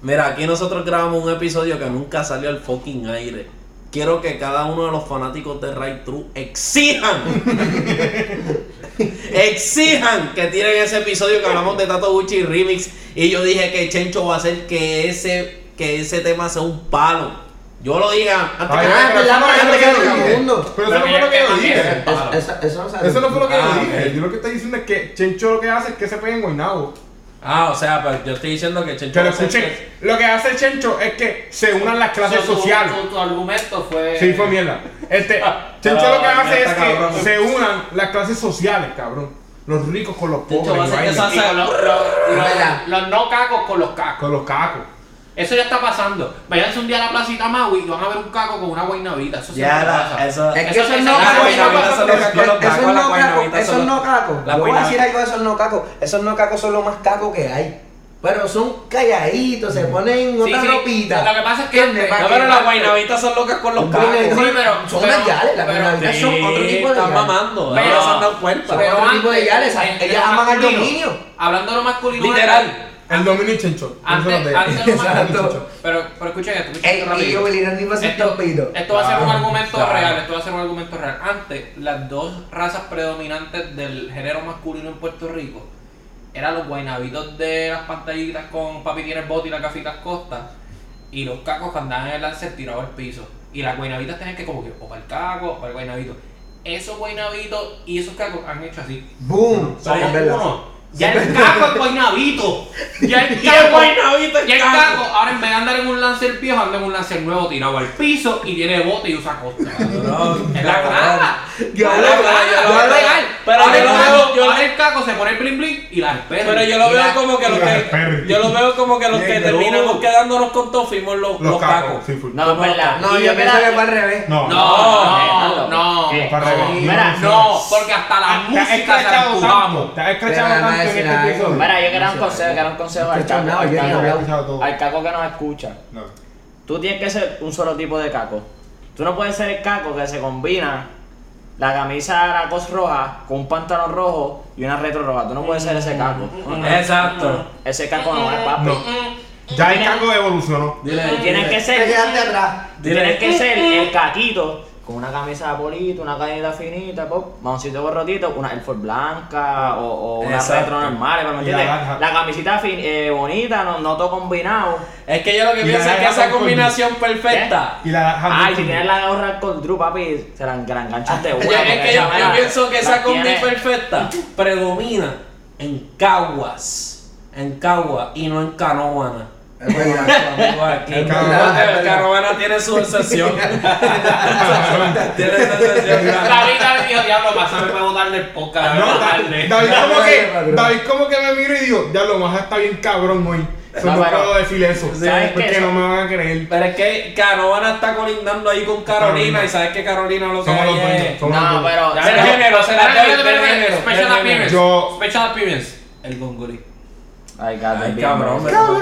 Speaker 2: Mira, aquí nosotros grabamos un episodio que nunca salió al fucking aire. Quiero que cada uno de los fanáticos de Right True exijan. *laughs* exijan que tienen ese episodio que hablamos de Tato Gucci y Remix. Y yo dije que Chencho va a hacer que ese, que ese tema sea un palo. Yo lo dije antes que
Speaker 5: Ay,
Speaker 4: Ah,
Speaker 5: pero
Speaker 4: es
Speaker 5: eso
Speaker 4: verdad,
Speaker 5: no fue
Speaker 4: porque antes
Speaker 5: lo
Speaker 4: que
Speaker 5: yo
Speaker 4: todo
Speaker 5: dije.
Speaker 4: el mundo.
Speaker 5: Pero eso no
Speaker 1: Pero
Speaker 5: fue lo que yo
Speaker 1: mira,
Speaker 5: dije.
Speaker 1: es-
Speaker 4: Eso- eso- Eso no sale.
Speaker 5: Eso no fue lo que
Speaker 2: Ah,
Speaker 5: yo dije.
Speaker 2: ok.
Speaker 5: Yo lo que estoy diciendo es que Chencho lo que hace es que se pegue en Guaynabo.
Speaker 2: Ah, o sea, pero yo estoy diciendo que Chencho
Speaker 5: Que lo
Speaker 2: va a hacer
Speaker 5: escuchen. Lo que hace Chencho es que se unan las clases
Speaker 1: So, tu-
Speaker 5: sociales.
Speaker 1: tu- Tu argumento fue.
Speaker 5: Sí, fue mierda. Este, Chencho
Speaker 2: Ah,
Speaker 5: lo que hace
Speaker 2: mierda,
Speaker 5: es que
Speaker 2: cabrón.
Speaker 5: se unan las clases sociales, cabrón. Los ricos con los
Speaker 2: Chencho va a
Speaker 5: pobres. y
Speaker 2: hacer que
Speaker 5: vaina.
Speaker 1: Y con los- los-
Speaker 4: Verdad.
Speaker 1: los- Los no cacos con los cacos.
Speaker 5: Con los cacos.
Speaker 1: Eso ya está pasando. Váyanse un día a la placita Maui y van a ver un caco con una guaynabita. Eso
Speaker 2: Ya
Speaker 1: siempre
Speaker 2: la-
Speaker 1: pasa.
Speaker 2: eso-
Speaker 4: Es que eso
Speaker 1: eso-
Speaker 4: no
Speaker 1: eso-
Speaker 4: caco,
Speaker 1: eso- eso-
Speaker 4: eso no
Speaker 2: eso-
Speaker 4: caco,
Speaker 2: eso-
Speaker 4: eso
Speaker 2: la
Speaker 4: no caco,
Speaker 2: guaynabita
Speaker 4: eso
Speaker 2: son
Speaker 4: no
Speaker 2: los-
Speaker 4: caco.
Speaker 2: la
Speaker 4: Yo voy a
Speaker 2: guaynabita.
Speaker 4: decir algo de esos no cacos. Esos no cacos son los más cacos que hay. Pero son calladitos, se ponen
Speaker 1: Sí,
Speaker 4: otra
Speaker 1: sí.
Speaker 4: ropita.
Speaker 1: Lo que pasa es que-
Speaker 4: ¿Entiendes?
Speaker 1: No,
Speaker 4: Para
Speaker 2: No,
Speaker 4: que-
Speaker 2: pero las guaynabitas son locas con los
Speaker 4: Un
Speaker 2: cacos.
Speaker 4: reggaetón.
Speaker 1: Sí, pero-
Speaker 4: Son
Speaker 1: pero-
Speaker 4: las yales, las
Speaker 1: pero-
Speaker 4: guaynabitas son otro tipo de
Speaker 2: están
Speaker 4: yales.
Speaker 2: mamando. Ah.
Speaker 1: Pero-
Speaker 2: Pero no se han dado cuenta.
Speaker 4: Pero- otro tipo de
Speaker 1: antes,
Speaker 4: yales,
Speaker 1: en- en
Speaker 4: ellas
Speaker 1: lo
Speaker 4: aman al
Speaker 1: masculino,
Speaker 4: dominio.
Speaker 1: Hablando de lo masculino.
Speaker 2: Literal.
Speaker 5: El dominio y Chencho. Eso
Speaker 1: Antes,
Speaker 5: es
Speaker 1: antes de
Speaker 5: *laughs*
Speaker 1: lo
Speaker 4: Exacto.
Speaker 1: masculino. Pero, pero escuchen esto. escuchen
Speaker 4: Ey,
Speaker 1: esto
Speaker 4: y
Speaker 1: rapidito.
Speaker 4: yo, Willy Randy, va a ser
Speaker 1: Esto, eh,
Speaker 4: torpedo.
Speaker 1: esto va a ser un
Speaker 5: Claro,
Speaker 1: argumento
Speaker 2: claro.
Speaker 1: real, esto va a ser un argumento real. Antes, las dos razas predominantes del género masculino en Puerto Rico eran los guaynabitos de las pantallitas con papi tiene el bote y las gafitas costas y los cacos que andaban en el lancer tirados al piso. Y las guaynabitas tenían que como que o para el caco o para el guaynabito. Esos guaynabitos y esos cacos han hecho así.
Speaker 4: Boom.
Speaker 1: Somos
Speaker 4: Es verdad.
Speaker 1: uno. Ya el caco es guaynabito. Ya el
Speaker 2: Y el
Speaker 1: caco
Speaker 2: guaynabito es
Speaker 1: y el
Speaker 2: caco.
Speaker 1: caco, ahora en vez de andar en un lancer viejo, anda en un lancer nuevo tirado al piso y tiene bote y usa costa.
Speaker 2: Cabrón,
Speaker 1: Es la
Speaker 2: cabrón.
Speaker 1: clara.
Speaker 4: Yo
Speaker 1: Es
Speaker 4: lo-
Speaker 1: la clara,
Speaker 4: yo
Speaker 1: es
Speaker 4: lo-
Speaker 1: legal.
Speaker 2: pero
Speaker 1: ahora,
Speaker 2: yo
Speaker 1: el
Speaker 2: lo
Speaker 1: caco,
Speaker 2: veo- yo-
Speaker 1: ahora el caco se pone el bling bling y la espera.
Speaker 2: Pero yo lo
Speaker 1: Y la-
Speaker 2: veo como que los
Speaker 5: Mira,
Speaker 2: que
Speaker 5: perri.
Speaker 2: yo lo veo como que los que
Speaker 5: Negro.
Speaker 2: terminamos quedándonos con todo fuimos los,
Speaker 5: Los cacos. Sí, full.
Speaker 3: No, es verdad.
Speaker 4: No, pues
Speaker 3: Y
Speaker 4: yo pienso
Speaker 3: mira-
Speaker 4: que fue al revés.
Speaker 5: No.
Speaker 1: No, no, no.
Speaker 3: ¿Qué?
Speaker 5: Para
Speaker 4: No.
Speaker 5: revés.
Speaker 3: Mira,
Speaker 1: No, porque hasta
Speaker 2: Ah,
Speaker 1: la
Speaker 5: Te has
Speaker 1: música se la
Speaker 5: escrachado tanto.
Speaker 1: empujamos.
Speaker 5: Te has
Speaker 4: Pero
Speaker 5: escrachado
Speaker 4: nada más
Speaker 5: tanto en
Speaker 4: decir
Speaker 5: este
Speaker 4: algo.
Speaker 5: episodio.
Speaker 3: Mira, yo quiero un consejo, quiero un consejo al
Speaker 4: Escucha,
Speaker 3: caco,
Speaker 4: no,
Speaker 3: al
Speaker 4: yo
Speaker 5: Te
Speaker 4: no
Speaker 5: has
Speaker 3: caco.
Speaker 4: hablo.
Speaker 5: escrachado todo.
Speaker 3: Al caco que nos escucha.
Speaker 5: No.
Speaker 3: Tú tienes que ser un solo tipo de caco. Tú no puedes ser el caco que se combina la camisa de la cos roja con un pantalón rojo y una retro roja. Tú no puedes ser ese caco.
Speaker 2: Exacto.
Speaker 3: Ese caco no es papi.
Speaker 5: No. Ya el caco evolucionó.
Speaker 2: Dile,
Speaker 3: Tú tienes que
Speaker 4: Te
Speaker 3: ser,
Speaker 4: quedaste atrás.
Speaker 3: tienes que ser el caquito con una camisa de polito, una cadenita finita, pop, mamoncito gorrotito, una Air Force blanca o, o una
Speaker 2: Exacto.
Speaker 3: retro normal, pero ¿me
Speaker 5: Y la
Speaker 3: entiendes?
Speaker 5: naranja.
Speaker 3: La camisita fin- eh, bonita, no, no todo combinado.
Speaker 2: Es que yo lo que
Speaker 5: Y
Speaker 2: pienso
Speaker 5: la
Speaker 2: es que
Speaker 5: deja
Speaker 2: esa
Speaker 5: con
Speaker 2: combinación perfecta.
Speaker 5: Y la
Speaker 2: Ah,
Speaker 3: Ay, si tienes la gorra con Drew, papi, se la, la enganchaste
Speaker 2: *laughs*
Speaker 3: de una.
Speaker 2: Oye,
Speaker 3: porque
Speaker 2: es que yo,
Speaker 3: esa,
Speaker 2: yo
Speaker 3: mira,
Speaker 2: pienso que
Speaker 3: la
Speaker 2: esa combi
Speaker 3: tienes-
Speaker 2: perfecta predomina en Caguas, en Caguas y no en Canoana.
Speaker 4: Es verdad.
Speaker 2: Aquí,
Speaker 5: En Canoana.
Speaker 2: Canovana Canoana tiene su
Speaker 5: *laughs*
Speaker 2: excepción. tiene su excepción.
Speaker 1: David David dijo, diablo, pásame para votar del podcast.
Speaker 5: No,
Speaker 1: David,
Speaker 5: David,
Speaker 1: dale".
Speaker 5: David como
Speaker 4: Dale,
Speaker 5: que,
Speaker 4: dale.
Speaker 5: David como que me miro y digo, ya lo más está bien cabrón hoy. So,
Speaker 3: No,
Speaker 5: no
Speaker 3: pero-
Speaker 5: puedo decir eso.
Speaker 3: ¿Sabes qué?
Speaker 5: Porque no me van a creer.
Speaker 2: Pero es que Canovana está colindando ahí con Carolina
Speaker 5: Carolina.
Speaker 2: y sabes que Carolina lo que
Speaker 5: Somos los
Speaker 2: hay
Speaker 5: dueños.
Speaker 2: es
Speaker 5: Somos
Speaker 3: *laughs*
Speaker 5: los
Speaker 3: No,
Speaker 5: dueños.
Speaker 3: pero.
Speaker 2: Ya ves,
Speaker 3: pero-
Speaker 2: género, se la
Speaker 1: Espera,
Speaker 2: doy,
Speaker 1: espera,
Speaker 2: del
Speaker 1: espera,
Speaker 2: género,
Speaker 1: Special
Speaker 2: del género.
Speaker 1: appearance.
Speaker 5: Yo-
Speaker 1: Special appearance.
Speaker 2: el gongolí.
Speaker 3: Ay, cabrón,
Speaker 2: Ay,
Speaker 3: bien,
Speaker 2: cabrón, me
Speaker 3: bien.
Speaker 2: cabrón.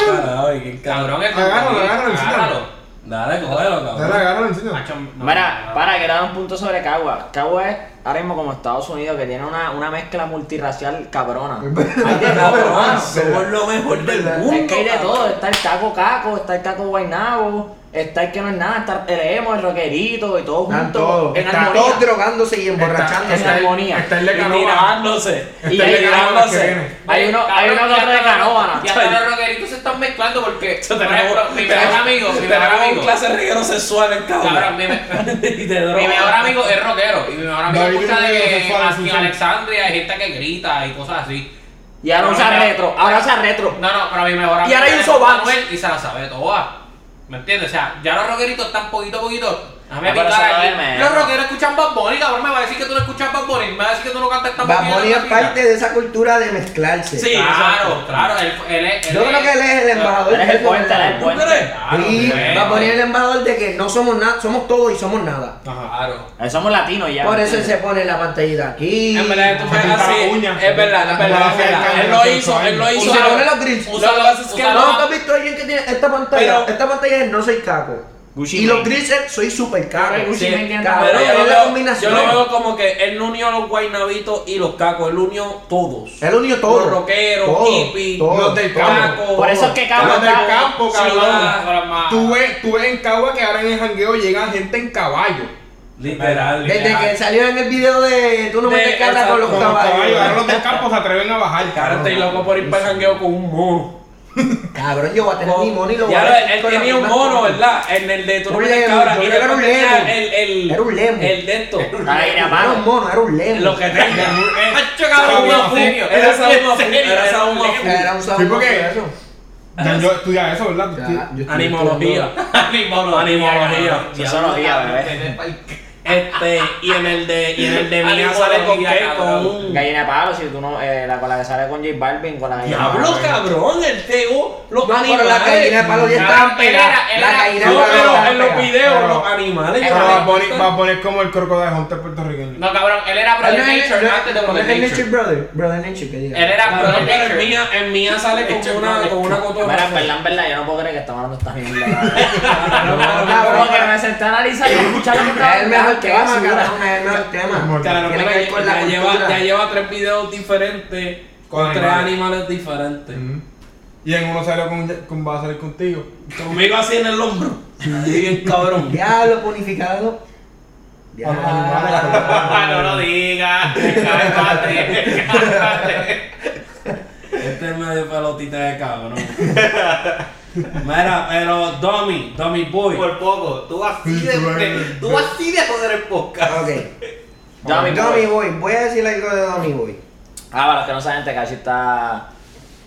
Speaker 2: Ay, qué
Speaker 1: Cabrón,
Speaker 2: cabrón.
Speaker 1: el
Speaker 5: Agárralo,
Speaker 1: cabrón,
Speaker 5: agárralo,
Speaker 1: agárralo.
Speaker 2: Dale, cógelo,
Speaker 5: Dale,
Speaker 2: cabrón.
Speaker 5: agárralo, enséñalo.
Speaker 1: Macho, no,
Speaker 3: Mira,
Speaker 1: no.
Speaker 3: para que dar un punto sobre Cagua. Cagua es ahora mismo como Estados Unidos, que tiene una, una mezcla multirracial
Speaker 2: *laughs*
Speaker 3: cabrona.
Speaker 4: verdad,
Speaker 3: Hay de todo,
Speaker 4: cabrón.
Speaker 3: hermano.
Speaker 2: Somos lo mejor del mundo.
Speaker 3: Es que hay de
Speaker 2: cabrón.
Speaker 3: todo, está el caco caco, está el caco guaynabo, está el que no es nada, está el emo, el rockerito y todo
Speaker 4: Están
Speaker 3: junto
Speaker 4: todos,
Speaker 3: en
Speaker 4: están
Speaker 3: armonía.
Speaker 4: todos *laughs* drogándose y emborrachándose.
Speaker 3: está- armonía.
Speaker 5: Está el de
Speaker 2: Y ah,
Speaker 5: Canova.
Speaker 2: tirándose.
Speaker 1: Este
Speaker 5: Está
Speaker 3: Y
Speaker 5: el de
Speaker 3: ahí
Speaker 5: Canova
Speaker 2: tirándose.
Speaker 5: que viene.
Speaker 3: Hay uno, hay uno que otro de canóbana.
Speaker 1: Y hasta los rockeritos se están mezclando
Speaker 4: *laughs*
Speaker 1: porque, por ejemplo, mi mejor
Speaker 2: tenemos-
Speaker 1: amigo, mi mejor
Speaker 2: tenemos un
Speaker 1: amigo,
Speaker 2: clase de reguero sexual en
Speaker 1: cabrón,
Speaker 2: cabrón.
Speaker 1: mi me-
Speaker 2: *laughs* Y te
Speaker 1: mi mejor
Speaker 2: droga.
Speaker 1: amigo es rockero y mi mejor amigo
Speaker 5: David
Speaker 1: escucha
Speaker 5: Rodríguez
Speaker 1: de
Speaker 5: se fue a la
Speaker 1: Martín
Speaker 5: Asunción.
Speaker 1: Alexandria, hay gente que grita y cosas así.
Speaker 3: Y ahora usa retro, ahora usa retro.
Speaker 1: No, no, pero mi mejor amigo
Speaker 3: Y ahora hay un
Speaker 1: es
Speaker 3: sobaco.
Speaker 1: Manuel y se la sabe toda. ¿Me entiendes? O sea, ya los rockeritos están poquito a poquito. Déjame
Speaker 3: Ah, pero
Speaker 1: picar
Speaker 3: eso no
Speaker 1: aquí.
Speaker 3: es menos.
Speaker 1: Los rockeros escuchan Bad Bunny, cabrón. Me va a decir que tú no escuchas Bad Bunny. Me va a decir que tú no cantas tan
Speaker 4: Bad Bunny es parte de esa cultura de mezclarse.
Speaker 2: Sí.
Speaker 1: Claro, claro. Él, él, es-
Speaker 4: Yo creo que él es el embajador.
Speaker 3: Eres
Speaker 4: de
Speaker 3: el
Speaker 4: eso,
Speaker 3: puente,
Speaker 4: ¿verdad?
Speaker 3: eres el puente.
Speaker 1: Claro,
Speaker 4: Y
Speaker 1: bueno.
Speaker 4: Bad Bunny es el embajador de que no somos nada, somos todo y somos nada.
Speaker 1: Claro.
Speaker 3: Ahí somos latinos ya.
Speaker 4: Por eso él se pone la pantallita aquí.
Speaker 2: En verdad, esto fue
Speaker 5: Se pinta
Speaker 2: así.
Speaker 5: la uña.
Speaker 2: Es verdad, es verdad, es verdad. Él lo hizo, él lo
Speaker 5: Y
Speaker 4: Y
Speaker 2: hizo.
Speaker 4: se pone los grills.
Speaker 2: Lo que pasa es que
Speaker 1: Usa-
Speaker 4: No,
Speaker 2: no.
Speaker 4: ¿tú has visto a alguien que tiene esta pantalla?
Speaker 2: Pero-
Speaker 4: esta pantalla es no soy caco.
Speaker 3: Gucci
Speaker 4: y los
Speaker 3: Mane.
Speaker 4: grills es soy super caco.
Speaker 3: Gucci
Speaker 2: Sí,
Speaker 3: Mane tiene
Speaker 4: cabrón.
Speaker 2: Pero
Speaker 3: también.
Speaker 2: yo lo
Speaker 4: es la
Speaker 2: veo, yo
Speaker 4: combinación.
Speaker 2: lo veo como que él no unió a los guaynabitos y los cacos, él unió todos.
Speaker 4: Él unió todo.
Speaker 2: Los rockeros,
Speaker 4: Todo,
Speaker 2: hippies,
Speaker 4: todo,
Speaker 5: los del
Speaker 4: todo.
Speaker 5: campo.
Speaker 2: cacos.
Speaker 3: Por eso es que cago
Speaker 5: Los del
Speaker 3: cago.
Speaker 5: campo,
Speaker 2: Ciudad.
Speaker 5: cabrón. Tú
Speaker 1: Tuve.
Speaker 5: ves, tú ves en Cagua que ahora en el jangueo llega gente en caballo.
Speaker 2: Literal,
Speaker 4: Desde
Speaker 2: literal.
Speaker 4: que salió en el video de tú no
Speaker 2: De-
Speaker 4: me cargas con los
Speaker 5: Con los caballos. Ahora los
Speaker 4: caballos.
Speaker 5: del campo se atreven a bajar.
Speaker 2: Cara, estoy loco por ir para el jangueo con un mono.
Speaker 4: Cabrón, yo voy a tener mi mono y lo voy
Speaker 2: Ya
Speaker 4: a
Speaker 2: lo-
Speaker 4: decir
Speaker 2: él
Speaker 4: con la
Speaker 2: tenía un
Speaker 4: misma
Speaker 2: mono,
Speaker 4: forma.
Speaker 2: ¿verdad? En el de tú no
Speaker 4: Un
Speaker 2: metes
Speaker 4: lemo,
Speaker 2: cabra.
Speaker 4: yo
Speaker 2: Y
Speaker 4: creo que era
Speaker 2: después
Speaker 4: un
Speaker 2: tenía
Speaker 4: lemo.
Speaker 2: el, el,
Speaker 4: Era un lemo.
Speaker 2: el de esto.
Speaker 3: Para ir a
Speaker 4: No era un
Speaker 3: mano.
Speaker 4: mono, era un
Speaker 2: *laughs*
Speaker 4: lemo. *laughs*
Speaker 2: Lo que tenga.
Speaker 1: Hacho, cabrón,
Speaker 5: Saúl
Speaker 1: un
Speaker 5: Mafu.
Speaker 1: genio.
Speaker 2: Era Saúl
Speaker 1: En
Speaker 2: Mafu,
Speaker 1: serio,
Speaker 2: era Saúl
Speaker 1: un
Speaker 2: Mafu.
Speaker 1: genio.
Speaker 4: Era un
Speaker 5: Sí,
Speaker 4: sabor.
Speaker 5: porque-
Speaker 4: eso.
Speaker 5: Ya, yo estudiaba eso, ¿verdad?
Speaker 4: Ya,
Speaker 5: Sí.
Speaker 4: yo estoy
Speaker 2: Animología.
Speaker 1: Animología.
Speaker 2: Animología.
Speaker 1: cabrón.
Speaker 3: Eso no ría,
Speaker 1: Diablo,
Speaker 3: bebé.
Speaker 1: cabrón, que te-
Speaker 2: Este, y en el de, y en el de Mía
Speaker 1: Animología,
Speaker 2: sale con qué,
Speaker 1: cabrón.
Speaker 2: con un...
Speaker 3: Gallina de palo, si tú no, eh, la con la que sale con J Balvin, con la gallina. de palo.
Speaker 2: Diablo, cabrón, el Tego, los
Speaker 4: No, pero la gallina de
Speaker 2: animales.
Speaker 4: palo ya
Speaker 1: Cabrón,
Speaker 4: estaban
Speaker 1: él era-
Speaker 4: pegadas.
Speaker 1: él
Speaker 4: La
Speaker 1: era-
Speaker 4: gallina de
Speaker 2: No,
Speaker 4: palo
Speaker 2: pero
Speaker 4: estaban
Speaker 2: en los
Speaker 4: pegadas.
Speaker 2: videos,
Speaker 5: Pero-
Speaker 2: los animales.
Speaker 5: Pero
Speaker 2: yo
Speaker 5: va a
Speaker 2: me
Speaker 5: poner,
Speaker 2: gusta.
Speaker 5: va a poner como el crocodile hunter puertorriqueño.
Speaker 1: No, cabrón, él era
Speaker 4: Ah,
Speaker 1: Brother
Speaker 4: no, él-
Speaker 1: Nature
Speaker 4: no,
Speaker 1: antes de
Speaker 4: no,
Speaker 1: Brother
Speaker 4: es el
Speaker 1: Nature.
Speaker 4: Nature Brother. Brother Nature, que diga.
Speaker 1: Él era
Speaker 2: Cabrón,
Speaker 1: Brother
Speaker 2: pero en
Speaker 1: Nature.
Speaker 2: mía, en mía sale con una, con
Speaker 3: Mira,
Speaker 2: una
Speaker 3: en
Speaker 2: cotorra.
Speaker 3: verdad, en verdad, yo no puedo creer que estamos hablando esta mierda.
Speaker 4: *laughs*
Speaker 3: cabrón. Como que me senté a analizar y escuchar lo que estaba
Speaker 4: Es el mejor
Speaker 3: hablando, qué
Speaker 4: tema,
Speaker 3: basura.
Speaker 4: cabrón, es el mejor tema.
Speaker 5: Claro,
Speaker 2: Claro,
Speaker 4: Tiene que ver con la
Speaker 2: ya, lleva,
Speaker 4: cultura.
Speaker 2: ya lleva tres videos diferentes con,
Speaker 5: Con
Speaker 2: tres
Speaker 5: animales. Mm.
Speaker 2: animales diferentes.
Speaker 5: Ujú. Y en uno salió con, con va a salir contigo.
Speaker 2: Conmigo así en el hombro. Y bien cabrón.
Speaker 4: Diablo purificado. Diablo.
Speaker 1: Ah, no lo digas. Cálmate. Cálmate.
Speaker 2: Este es medio pelotita de cabrón. Mira, pero Domi, Domi Boy.
Speaker 1: Por poco. Tú así de, de- tú así de joder el podcast.
Speaker 4: Ok.
Speaker 3: Dame,
Speaker 4: Tommy Boy, voy a decir algo de Tommy Boy.
Speaker 3: Ah, para los que no saben, Tekashi está.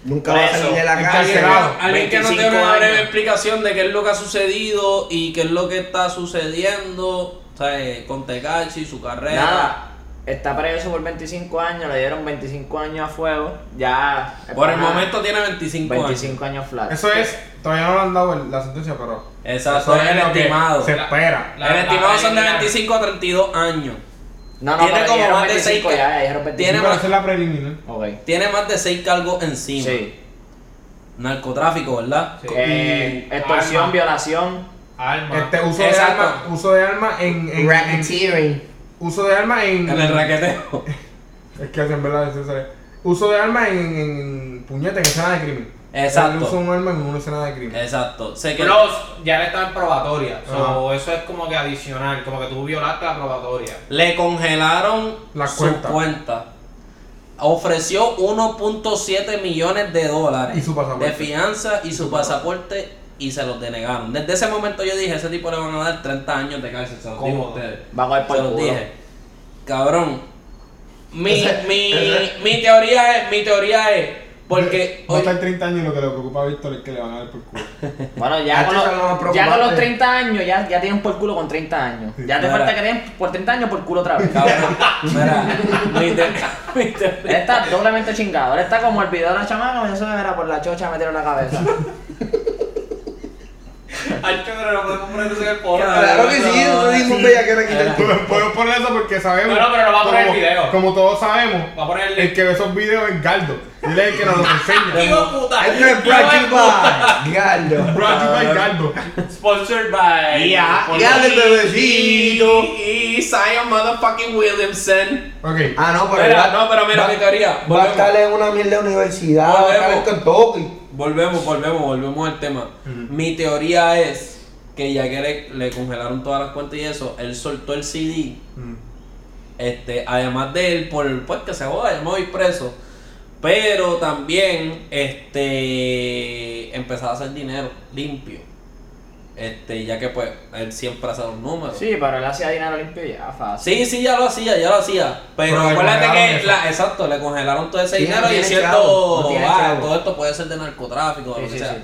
Speaker 4: Nunca va a salir
Speaker 3: Preso,
Speaker 4: de la cárcel.
Speaker 5: encarcelado.
Speaker 2: Alguien que no tenga
Speaker 3: 25
Speaker 2: una breve
Speaker 3: años.
Speaker 2: explicación de qué es lo que ha sucedido y qué es lo que está sucediendo ¿sabes? con Tecachi, su carrera.
Speaker 3: Nada. Está preso por 25 años, le dieron 25 años a fuego. Ya.
Speaker 2: Por el
Speaker 3: pana,
Speaker 2: momento tiene 25,
Speaker 3: 25 años flat.
Speaker 5: Eso es, todavía no le han dado el- la sentencia, pero.
Speaker 2: años. Exacto, es el
Speaker 5: lo que
Speaker 2: estimado.
Speaker 5: Se espera.
Speaker 1: La-
Speaker 2: el
Speaker 1: la
Speaker 2: estimado son de
Speaker 1: preliminar.
Speaker 2: 25 a 32 años.
Speaker 3: No, no,
Speaker 2: Tiene
Speaker 3: pero
Speaker 2: como
Speaker 3: dijeron
Speaker 2: más de seis
Speaker 3: 25
Speaker 2: que-
Speaker 3: ya, ya dijeron 25.
Speaker 2: Tiene
Speaker 5: Sí, pero
Speaker 2: más-
Speaker 5: esa es la preliminar.
Speaker 3: Ok.
Speaker 2: Tiene más de 6 cargos encima.
Speaker 3: Sí.
Speaker 2: Narcotráfico, ¿verdad?
Speaker 3: Eh, extorsión,
Speaker 1: Alma.
Speaker 3: violación.
Speaker 1: Alma.
Speaker 5: Este, uso de
Speaker 2: Exacto.
Speaker 5: arma, uso de arma en, en- en-
Speaker 4: Racketeering.
Speaker 5: uso de arma en,
Speaker 2: En el raqueteo.
Speaker 5: es que en verdad eso sale. uso de arma en, en, en puñete en escena de crimen.
Speaker 2: Exacto. Eh,
Speaker 5: Él usa un arma en una escena de crimen.
Speaker 2: Exacto. Sé que
Speaker 1: Plus, ya él estaba en probatoria. So, eso es como que adicional. Como que tú violaste la *laughs* probatoria.
Speaker 2: le congelaron
Speaker 5: La
Speaker 2: su
Speaker 5: cuenta.
Speaker 2: cuenta. Ofreció 1.7 millones de dólares
Speaker 5: Y su pasaporte.
Speaker 2: de fianza y su pasaporte y se los denegaron. Desde ese momento yo dije, ese tipo le van a dar 30 años de cárcel. Se los digo a
Speaker 1: Cómodo.
Speaker 2: ustedes.
Speaker 3: Va a coger por
Speaker 2: Se los
Speaker 3: culo.
Speaker 2: dije. Cabrón. Mi, mi, mi teoría es, mi teoría es, porque
Speaker 5: va a
Speaker 2: oye,
Speaker 5: estar 30 años y lo que le preocupa a Víctor es que le van a dar por culo. *laughs*
Speaker 3: Bueno, ya,
Speaker 4: Ah,
Speaker 3: con
Speaker 4: esto es algo
Speaker 3: los,
Speaker 4: más
Speaker 3: ya con los
Speaker 4: preocupante.
Speaker 3: 30 años, ya, ya tienes por culo con 30 años. Ya te
Speaker 2: Mira.
Speaker 3: falta que tienes por 30 años por culo otra vez.
Speaker 2: *laughs* cabrón, mira, mi, te- mi teoría-
Speaker 3: Él está doblemente chingado. Él está como el video de la chamaca, me se me verá por la chocha, me tiró en la cabeza.
Speaker 1: Hacho, pero no podemos poner eso en el
Speaker 4: Claro que sí, no es ningún bellaquero aquí.
Speaker 5: Puedo puedo poner eso porque sabemos.
Speaker 1: No, no, pero lo va a poner
Speaker 5: como-
Speaker 1: el video.
Speaker 5: Como todos sabemos,
Speaker 1: Va a poner el
Speaker 5: el que ve esos videos es Gardo. Y él es el que nos los enseña.
Speaker 1: ¡Hijo de puta!
Speaker 4: Esto es
Speaker 1: ¡Hijo de
Speaker 4: Brachi
Speaker 1: puta!
Speaker 4: Bar. Gardo.
Speaker 5: Brought to you by Galdo.
Speaker 1: Sponsored by.
Speaker 2: Ya,
Speaker 1: por-
Speaker 4: ya del bebecito.
Speaker 2: Y, y Zion motherfucking Williamson.
Speaker 5: Ok.
Speaker 4: Ah, no, pero.
Speaker 2: Mira,
Speaker 4: va-
Speaker 2: no, pero mira
Speaker 4: va-
Speaker 2: mi teoría.
Speaker 4: Va a
Speaker 2: Volvemos.
Speaker 4: estar en una mierda de universidad, va a estar en Kentucky.
Speaker 2: Volvemos, volvemos, volvemos al tema. Mi teoría es que ya que le, le congelaron todas las cuentas y eso, él soltó el CD. Este, además de él, por pues que se joda, yo me voy preso. Pero también, este, empezaba a hacer dinero limpio. Este, ya que pues él siempre hace los números.
Speaker 3: Sí, pero él hacía dinero limpio y ya, fácil.
Speaker 2: Sí, sí, ya lo hacía, ya lo hacía. Pero,
Speaker 5: Pero le
Speaker 2: acuérdate
Speaker 5: congelaron
Speaker 2: que,
Speaker 5: eso.
Speaker 2: la- exacto, le congelaron todo ese
Speaker 4: Sí, no
Speaker 2: dinero y
Speaker 4: tiene
Speaker 2: es cierto,
Speaker 4: chavo, no tiene
Speaker 2: ah,
Speaker 4: chavo.
Speaker 2: todo esto puede ser de narcotráfico,
Speaker 3: Sí,
Speaker 2: lo que
Speaker 3: sí,
Speaker 2: sea.
Speaker 3: sí.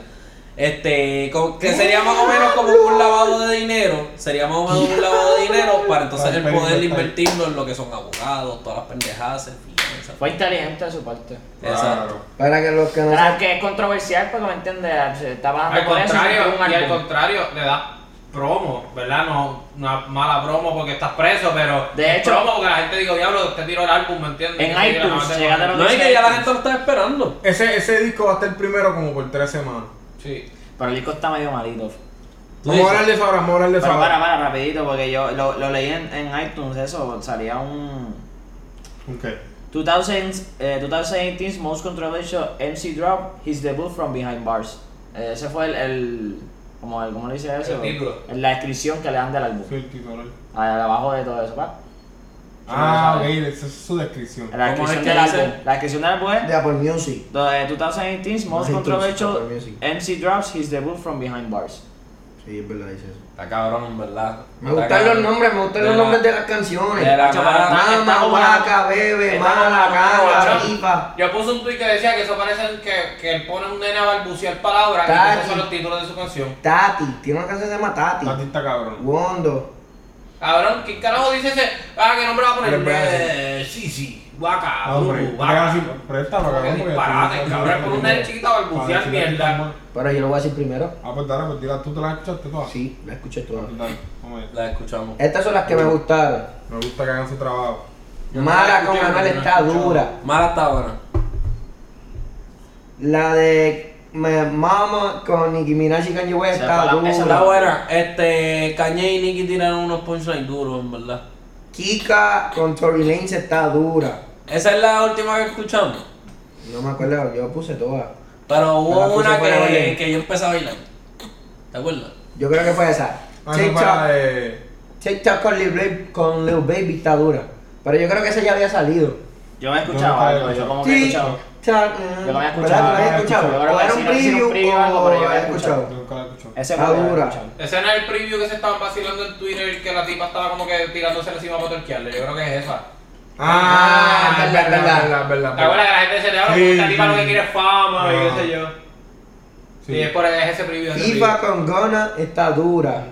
Speaker 2: Este, co- que sería más o menos como un
Speaker 4: *laughs*
Speaker 2: lavado de dinero, sería más o menos un lavado de dinero para entonces
Speaker 5: Para
Speaker 2: él poder
Speaker 5: experimentar.
Speaker 2: invertirlo en lo que son abogados, todas las pendejadas, en fin, esas-
Speaker 3: Fue inteligente de su parte.
Speaker 2: Exacto.
Speaker 5: Claro.
Speaker 4: Para que los que no
Speaker 3: Claro,
Speaker 4: sepan.
Speaker 3: que es controversial porque me entiendes, se está bajando
Speaker 1: Al
Speaker 3: por eso.
Speaker 1: contrario,
Speaker 3: se tuvo un
Speaker 1: y al
Speaker 3: álbum.
Speaker 1: contrario, le da promo, ¿verdad? No una mala promo porque estás preso, pero
Speaker 3: De hecho-
Speaker 1: promo porque la gente digo, diablo, te tiro el álbum, ¿me entiendes?
Speaker 3: En
Speaker 1: Que se tira la
Speaker 3: iTunes,
Speaker 1: gente
Speaker 3: llega
Speaker 1: con-
Speaker 3: de los-
Speaker 2: No es que ya la gente lo está esperando.
Speaker 5: Ese, ese disco va a estar primero como por tres semanas.
Speaker 1: Sí.
Speaker 3: Pero el disco está medio malito.
Speaker 2: Tú
Speaker 5: Vamos a
Speaker 2: dices.
Speaker 5: hablar de eso ahora, vamos a hablar de eso
Speaker 3: Pero
Speaker 5: ahora.
Speaker 3: para, para, rapidito, porque yo lo, lo leí en, en iTunes, eso, salía un...
Speaker 5: Ok.
Speaker 3: 2000, eh, 2018's most controversial MC drop, his debut from behind bars. Eh, ese fue el, el, como el, ¿cómo le dice eso?
Speaker 1: El título.
Speaker 3: La descripción que le dan del álbum.
Speaker 5: Soy el titular.
Speaker 3: Ahí Abajo de todo eso, ¿va?
Speaker 5: Ah, ok, esa es su descripción.
Speaker 3: La
Speaker 2: ¿Cómo es
Speaker 3: descripción
Speaker 2: que
Speaker 3: del
Speaker 2: dice?
Speaker 3: álbum. La descripción del álbum
Speaker 4: De
Speaker 3: es
Speaker 4: Apple Music.
Speaker 3: the 2018's most
Speaker 4: iTunes,
Speaker 3: controversial
Speaker 4: Apple Music.
Speaker 3: MC drops, his debut from behind bars.
Speaker 4: Sí, es verdad, dice eso.
Speaker 2: Está cabrón, en verdad.
Speaker 4: Me
Speaker 2: Está
Speaker 4: gustan los
Speaker 2: cabrón.
Speaker 4: nombres, me gustan
Speaker 2: De
Speaker 4: los
Speaker 2: la-
Speaker 4: nombres de las canciones.
Speaker 2: de la
Speaker 3: Chaval, está-
Speaker 2: nada.
Speaker 3: está
Speaker 4: Mama,
Speaker 3: como-
Speaker 4: vaca, bebe,
Speaker 1: está
Speaker 4: mala,
Speaker 1: como-
Speaker 4: caga,
Speaker 1: como-
Speaker 4: pipa.
Speaker 1: Yo puse un tweet que decía que eso parece que, que él pone un nene a balbucear palabras y
Speaker 4: Cachi.
Speaker 1: esos son los títulos de su canción.
Speaker 4: Tati, tiene una canción que se llama Tati.
Speaker 5: La tinta cabrón.
Speaker 4: Wondo.
Speaker 1: Cabrón, ¿qué carajo dice ese? Ah, ¿qué nombre va a poner?
Speaker 5: Le voy a decir.
Speaker 1: Eh, sí, sí, guaca,
Speaker 5: Ah, hombre,
Speaker 1: brubu,
Speaker 5: hagan
Speaker 1: guaca.
Speaker 5: así, préstalo, cabrón. porque
Speaker 1: Disparate,
Speaker 5: tú-
Speaker 1: cabrón, con una chiquita balbucear
Speaker 5: Para decirle
Speaker 1: mierda.
Speaker 5: que somos-
Speaker 4: Pero yo lo voy a decir primero.
Speaker 5: Ah, pues dale, pues dila, tú te la escuchaste toda.
Speaker 4: Sí, la escuché toda.
Speaker 5: Pues dale, vamos allá.
Speaker 2: La escuchamos.
Speaker 4: Estas son las que me gustaron.
Speaker 5: Me gusta que hagan su trabajo.
Speaker 1: Yo no la
Speaker 4: Mala
Speaker 1: escuché,
Speaker 4: con
Speaker 1: pero
Speaker 4: Manuel
Speaker 1: no la
Speaker 4: está
Speaker 1: escuchaba.
Speaker 4: dura.
Speaker 2: Mala está buena.
Speaker 4: La de me- Mama con Nicki Minaj y Kanye West
Speaker 3: Esa
Speaker 4: está
Speaker 3: fue la- esa
Speaker 2: Está
Speaker 3: la-
Speaker 4: dura.
Speaker 2: buena. Este, Kanye y Nicky tiraron unos punchlines duros, en verdad.
Speaker 4: Kika con Tory Lanez está dura.
Speaker 2: Esa es la última que escuchamos.
Speaker 4: No me acuerdo, yo puse todas.
Speaker 2: Pero hubo
Speaker 4: La puse
Speaker 2: una
Speaker 4: fuera de
Speaker 2: que,
Speaker 4: orden.
Speaker 2: que yo empecé a bailar. ¿Te acuerdas?
Speaker 4: Yo creo que fue esa.
Speaker 5: Ah, no, para
Speaker 4: TikTok,
Speaker 5: de...
Speaker 4: TikTok con Lil Baby, con Lil Baby está dura. Pero yo creo que esa ya había salido.
Speaker 3: Yo me he
Speaker 5: Yo
Speaker 3: escuchado
Speaker 5: nunca
Speaker 3: algo,
Speaker 5: había
Speaker 3: yo como que he escuchado.
Speaker 4: TikTok. ¿Verdad que
Speaker 3: Yo lo
Speaker 4: lo
Speaker 3: había
Speaker 4: había
Speaker 5: escuchado.
Speaker 4: escuchado?
Speaker 3: Yo creo
Speaker 4: O
Speaker 3: que
Speaker 4: era
Speaker 3: sí,
Speaker 4: un
Speaker 3: no sé si era un
Speaker 4: preview
Speaker 3: preview o algo,
Speaker 4: o
Speaker 3: pero yo
Speaker 4: lo había
Speaker 5: Yo
Speaker 4: escuchado.
Speaker 5: nunca la escuché.
Speaker 3: Ese
Speaker 4: Está
Speaker 3: fue el que
Speaker 4: dura.
Speaker 3: he escuchado.
Speaker 1: Ese no es el preview que se estaban vacilando en Twitter, que la tipa estaba como que tirándose encima para torquearle. Yo creo que es esa.
Speaker 5: Ah, es verdad, es verdad, es
Speaker 1: ¿Te
Speaker 5: verdad.
Speaker 1: acuerdas que la gente se le habla
Speaker 5: Ah, Sí,
Speaker 1: porque esta tipa
Speaker 5: sí.
Speaker 1: lo que quiere es fama y
Speaker 5: Ah.
Speaker 1: qué sé yo?
Speaker 5: Sí.
Speaker 1: Y es por es ese preview. Ese
Speaker 4: FIFA
Speaker 1: preview.
Speaker 4: con Gona está dura.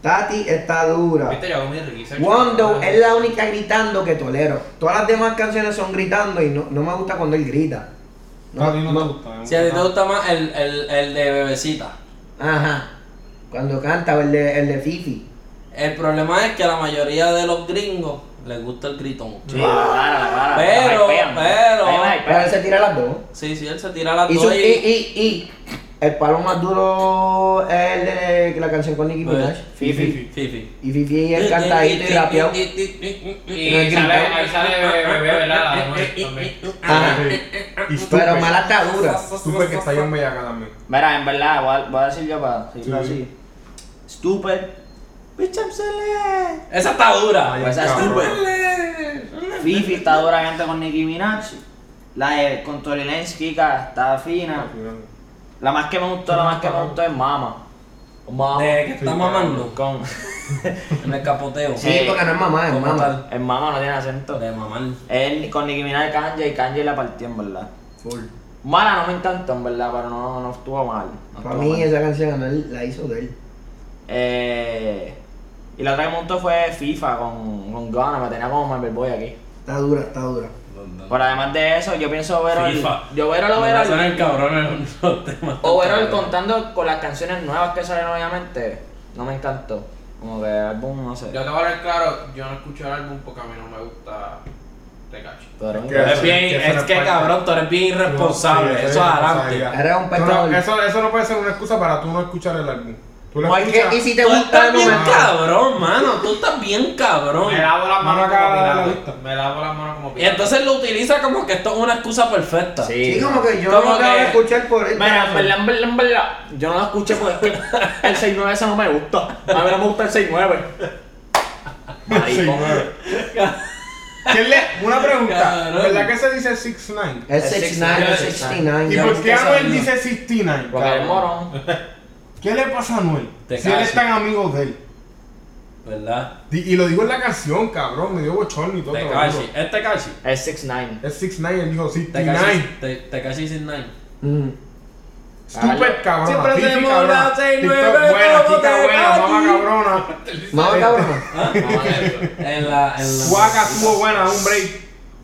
Speaker 4: Tati está dura.
Speaker 1: Viste, yo hago mi research.
Speaker 4: Wando
Speaker 1: Ah.
Speaker 4: es la única gritando que tolero. Todas las demás canciones son gritando y no, no me gusta cuando él grita.
Speaker 5: No, a ti no te gusta. me
Speaker 2: Si a ti te
Speaker 5: gusta.
Speaker 2: gusta más el, el, el de bebecita.
Speaker 4: Ajá. Cuando canta o el de, el de Fifi.
Speaker 2: El problema es que a la mayoría de los gringos les gusta el gritón.
Speaker 3: Sí, la vara, la vara.
Speaker 2: Pero,
Speaker 3: me hypean.
Speaker 2: pero-
Speaker 3: A mí me
Speaker 4: Pero
Speaker 3: hypean.
Speaker 4: él se tira las dos.
Speaker 2: Sí, sí, él se tira la
Speaker 4: Y, su-
Speaker 2: toalla
Speaker 4: y,
Speaker 2: y...
Speaker 4: y, y el palo más duro es el de la canción con Nicki Minaj. Fifi.
Speaker 2: Fifi.
Speaker 4: Pues. Y Fifi es cantadito y rapeado.
Speaker 1: Y sale, ahí sale bebé, ¿verdad?
Speaker 2: *laughs*
Speaker 1: La de Anuel también.
Speaker 5: Ah.
Speaker 4: Ajá.
Speaker 5: *laughs* Y Stupid.
Speaker 4: Pero mala está dura.
Speaker 5: Stupid que está bien bellaca también.
Speaker 3: Mira, en verdad, voy a, voy a decir yo para seguirlo
Speaker 5: Sí,
Speaker 3: así. Stupid. Bitch, I'm celeste.
Speaker 2: Esa está dura.
Speaker 5: Ay,
Speaker 3: Pues es
Speaker 5: cabrón.
Speaker 3: Fifi está duramente con Nicki Minaj. La de con Tory Lanez, Kika, está fina. La más que me gustó, la más que me gustó es Mama. Mama.
Speaker 2: De que está
Speaker 5: Sí,
Speaker 2: mamando.
Speaker 3: Con.
Speaker 2: En el capoteo.
Speaker 4: Sí, porque no es mamá, es
Speaker 2: Como
Speaker 4: mamá.
Speaker 2: tal.
Speaker 3: El Mama no tiene acento.
Speaker 2: De mamar.
Speaker 3: Él con Nicki Minaj y Kanye y Kanye la partió en verdad.
Speaker 4: Full.
Speaker 3: Mala no me encantó en verdad, pero no, no estuvo mal. No
Speaker 4: Para
Speaker 3: estuvo
Speaker 4: mí
Speaker 3: mal.
Speaker 4: esa canción él la hizo de él.
Speaker 3: Eh, y la otra que montó fue FIFA con, con Ghana, me tenía como Marvel Boy aquí.
Speaker 4: Está dura, está dura.
Speaker 3: Pero además de eso, yo pienso ver el,
Speaker 2: FIFA.
Speaker 3: yo ver el
Speaker 2: Me suena
Speaker 3: overall,
Speaker 2: el cabrón en los temas.
Speaker 3: overall contando con las canciones nuevas que salen obviamente, no me encantó. Como que el álbum, no sé.
Speaker 1: Yo te voy a hablar claro, yo no escucho el álbum porque a mí no me gusta Te cacho.
Speaker 3: Tú eres un
Speaker 5: Es que-
Speaker 2: Tú eres
Speaker 5: Eso,
Speaker 2: bien-
Speaker 5: que eso no
Speaker 2: es
Speaker 5: es
Speaker 2: que
Speaker 5: parte.
Speaker 2: cabrón, tú eres bien irresponsable.
Speaker 5: Sí,
Speaker 2: eso
Speaker 5: eso
Speaker 2: es
Speaker 5: es
Speaker 2: adelante.
Speaker 5: irresponsabilidad.
Speaker 4: Eres un
Speaker 5: Tú no-
Speaker 4: pecador.
Speaker 5: eso, eso no puede ser una excusa para tú no escuchar el álbum. Tú lo
Speaker 4: Porque-
Speaker 5: escuchas.
Speaker 4: y si te
Speaker 2: Tú
Speaker 4: gusta
Speaker 2: estás
Speaker 4: el
Speaker 2: bien
Speaker 4: momento.
Speaker 2: cabrón, mano. Tú estás bien cabrón.
Speaker 1: Me lavo las
Speaker 5: Mano
Speaker 1: manos como
Speaker 5: acá, la
Speaker 1: pirata.
Speaker 5: lista.
Speaker 1: Me lavo las manos como
Speaker 2: Y
Speaker 1: pirata.
Speaker 2: entonces lo utiliza como que esto es una excusa perfecta.
Speaker 3: Sí.
Speaker 4: Sí, como que yo
Speaker 2: Como
Speaker 4: no te voy
Speaker 2: que-
Speaker 4: a escuchar por él.
Speaker 3: Mira, en verdad, en verdad, en verdad, yo no lo escuché porque es que el 6-9 ese no me gusta. A mí no me gusta el 6-9.
Speaker 5: Sí,
Speaker 3: Maricón.
Speaker 5: claro. ¿Quién le- Una pregunta.
Speaker 2: Cabrón.
Speaker 5: ¿Verdad que se dice 69?
Speaker 4: Es
Speaker 3: El
Speaker 4: 69,
Speaker 3: 69.
Speaker 4: 69.
Speaker 5: ¿Y
Speaker 2: Ya
Speaker 5: por
Speaker 2: busqué
Speaker 5: qué
Speaker 2: esa
Speaker 5: Anuel
Speaker 2: mierda.
Speaker 5: dice 69?
Speaker 3: Porque es
Speaker 5: cabrón?
Speaker 3: morón.
Speaker 5: ¿Qué le pasa a Anuel?
Speaker 2: Te
Speaker 5: Si él
Speaker 2: cacho.
Speaker 5: es tan amigo de él.
Speaker 2: *laughs* ¿Verdad?
Speaker 5: Di- Y lo dijo en la canción, cabrón. Me dio bochorno y todo. te lo juro.
Speaker 2: Tekashi. Es Tekashi.
Speaker 3: Es 6-9.
Speaker 5: Es 69, él dijo 69.
Speaker 2: Tekashi. Este Te- Tekashi sin nine.
Speaker 4: Mm.
Speaker 5: Estúpido, cabrón.
Speaker 2: Siempre
Speaker 5: Fifi,
Speaker 2: tenemos
Speaker 5: cabrona.
Speaker 2: la 69
Speaker 5: TikTok buena,
Speaker 2: como
Speaker 5: chica buena,
Speaker 2: Tekashi.
Speaker 5: mamá cabrona.
Speaker 4: Mamá cabrón.
Speaker 2: ¿Ah? En la. En la
Speaker 5: Waka estuvo buena, un break.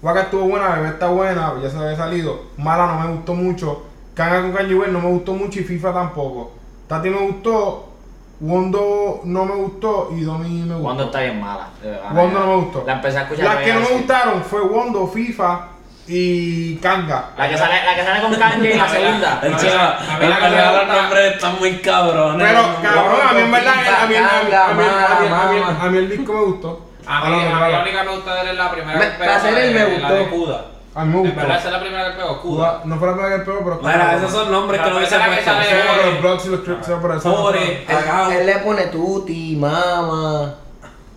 Speaker 5: Waka estuvo buena, Bebé está buena, ya se había salido. Mala no me gustó mucho. Kanga con Kanye West no me gustó mucho y FIFA tampoco. Tati me gustó, Wondo no me gustó y Domi me
Speaker 3: Cuando
Speaker 5: gustó.
Speaker 3: está bien mala. de verdad.
Speaker 5: Wondo no me gustó.
Speaker 3: La empecé a escuchar.
Speaker 5: Las que no me
Speaker 3: así.
Speaker 5: gustaron fue Wondo, FIFA y Kanga.
Speaker 3: La que sale, la que sale con Kanye y la segunda.
Speaker 2: El
Speaker 1: A
Speaker 2: chico,
Speaker 1: ver, a ver,
Speaker 2: en
Speaker 1: a ver,
Speaker 2: verdad
Speaker 1: a ver,
Speaker 2: los nombres están muy cabrones.
Speaker 5: Pero,
Speaker 2: No,
Speaker 5: cabrón, a mí en verdad, a mí, a mí, a mí, a mí, a mí- a mí- a mí- a mí el disco me gustó.
Speaker 1: A mí, a mí la única que me gusta de él es la primera
Speaker 4: Me-
Speaker 1: que pegó.
Speaker 4: para ser él
Speaker 1: la de-
Speaker 4: me
Speaker 1: La de
Speaker 4: gustó.
Speaker 1: Cuda.
Speaker 5: A mí me
Speaker 1: En verdad, esa
Speaker 5: gustó.
Speaker 1: es la primera que pegó. Cuda.
Speaker 5: Cuba- No fue la primera que pegó, pero.
Speaker 2: Mira, esos son nombres que
Speaker 1: La
Speaker 2: no hubiesen
Speaker 1: persona que
Speaker 2: puesto.
Speaker 1: sale-
Speaker 5: Sí, pero los blogs y los clips, pero eso no
Speaker 2: Pobre.
Speaker 5: fue-
Speaker 2: *laughs* Cagao.
Speaker 4: Él, él le pone tuti, mama,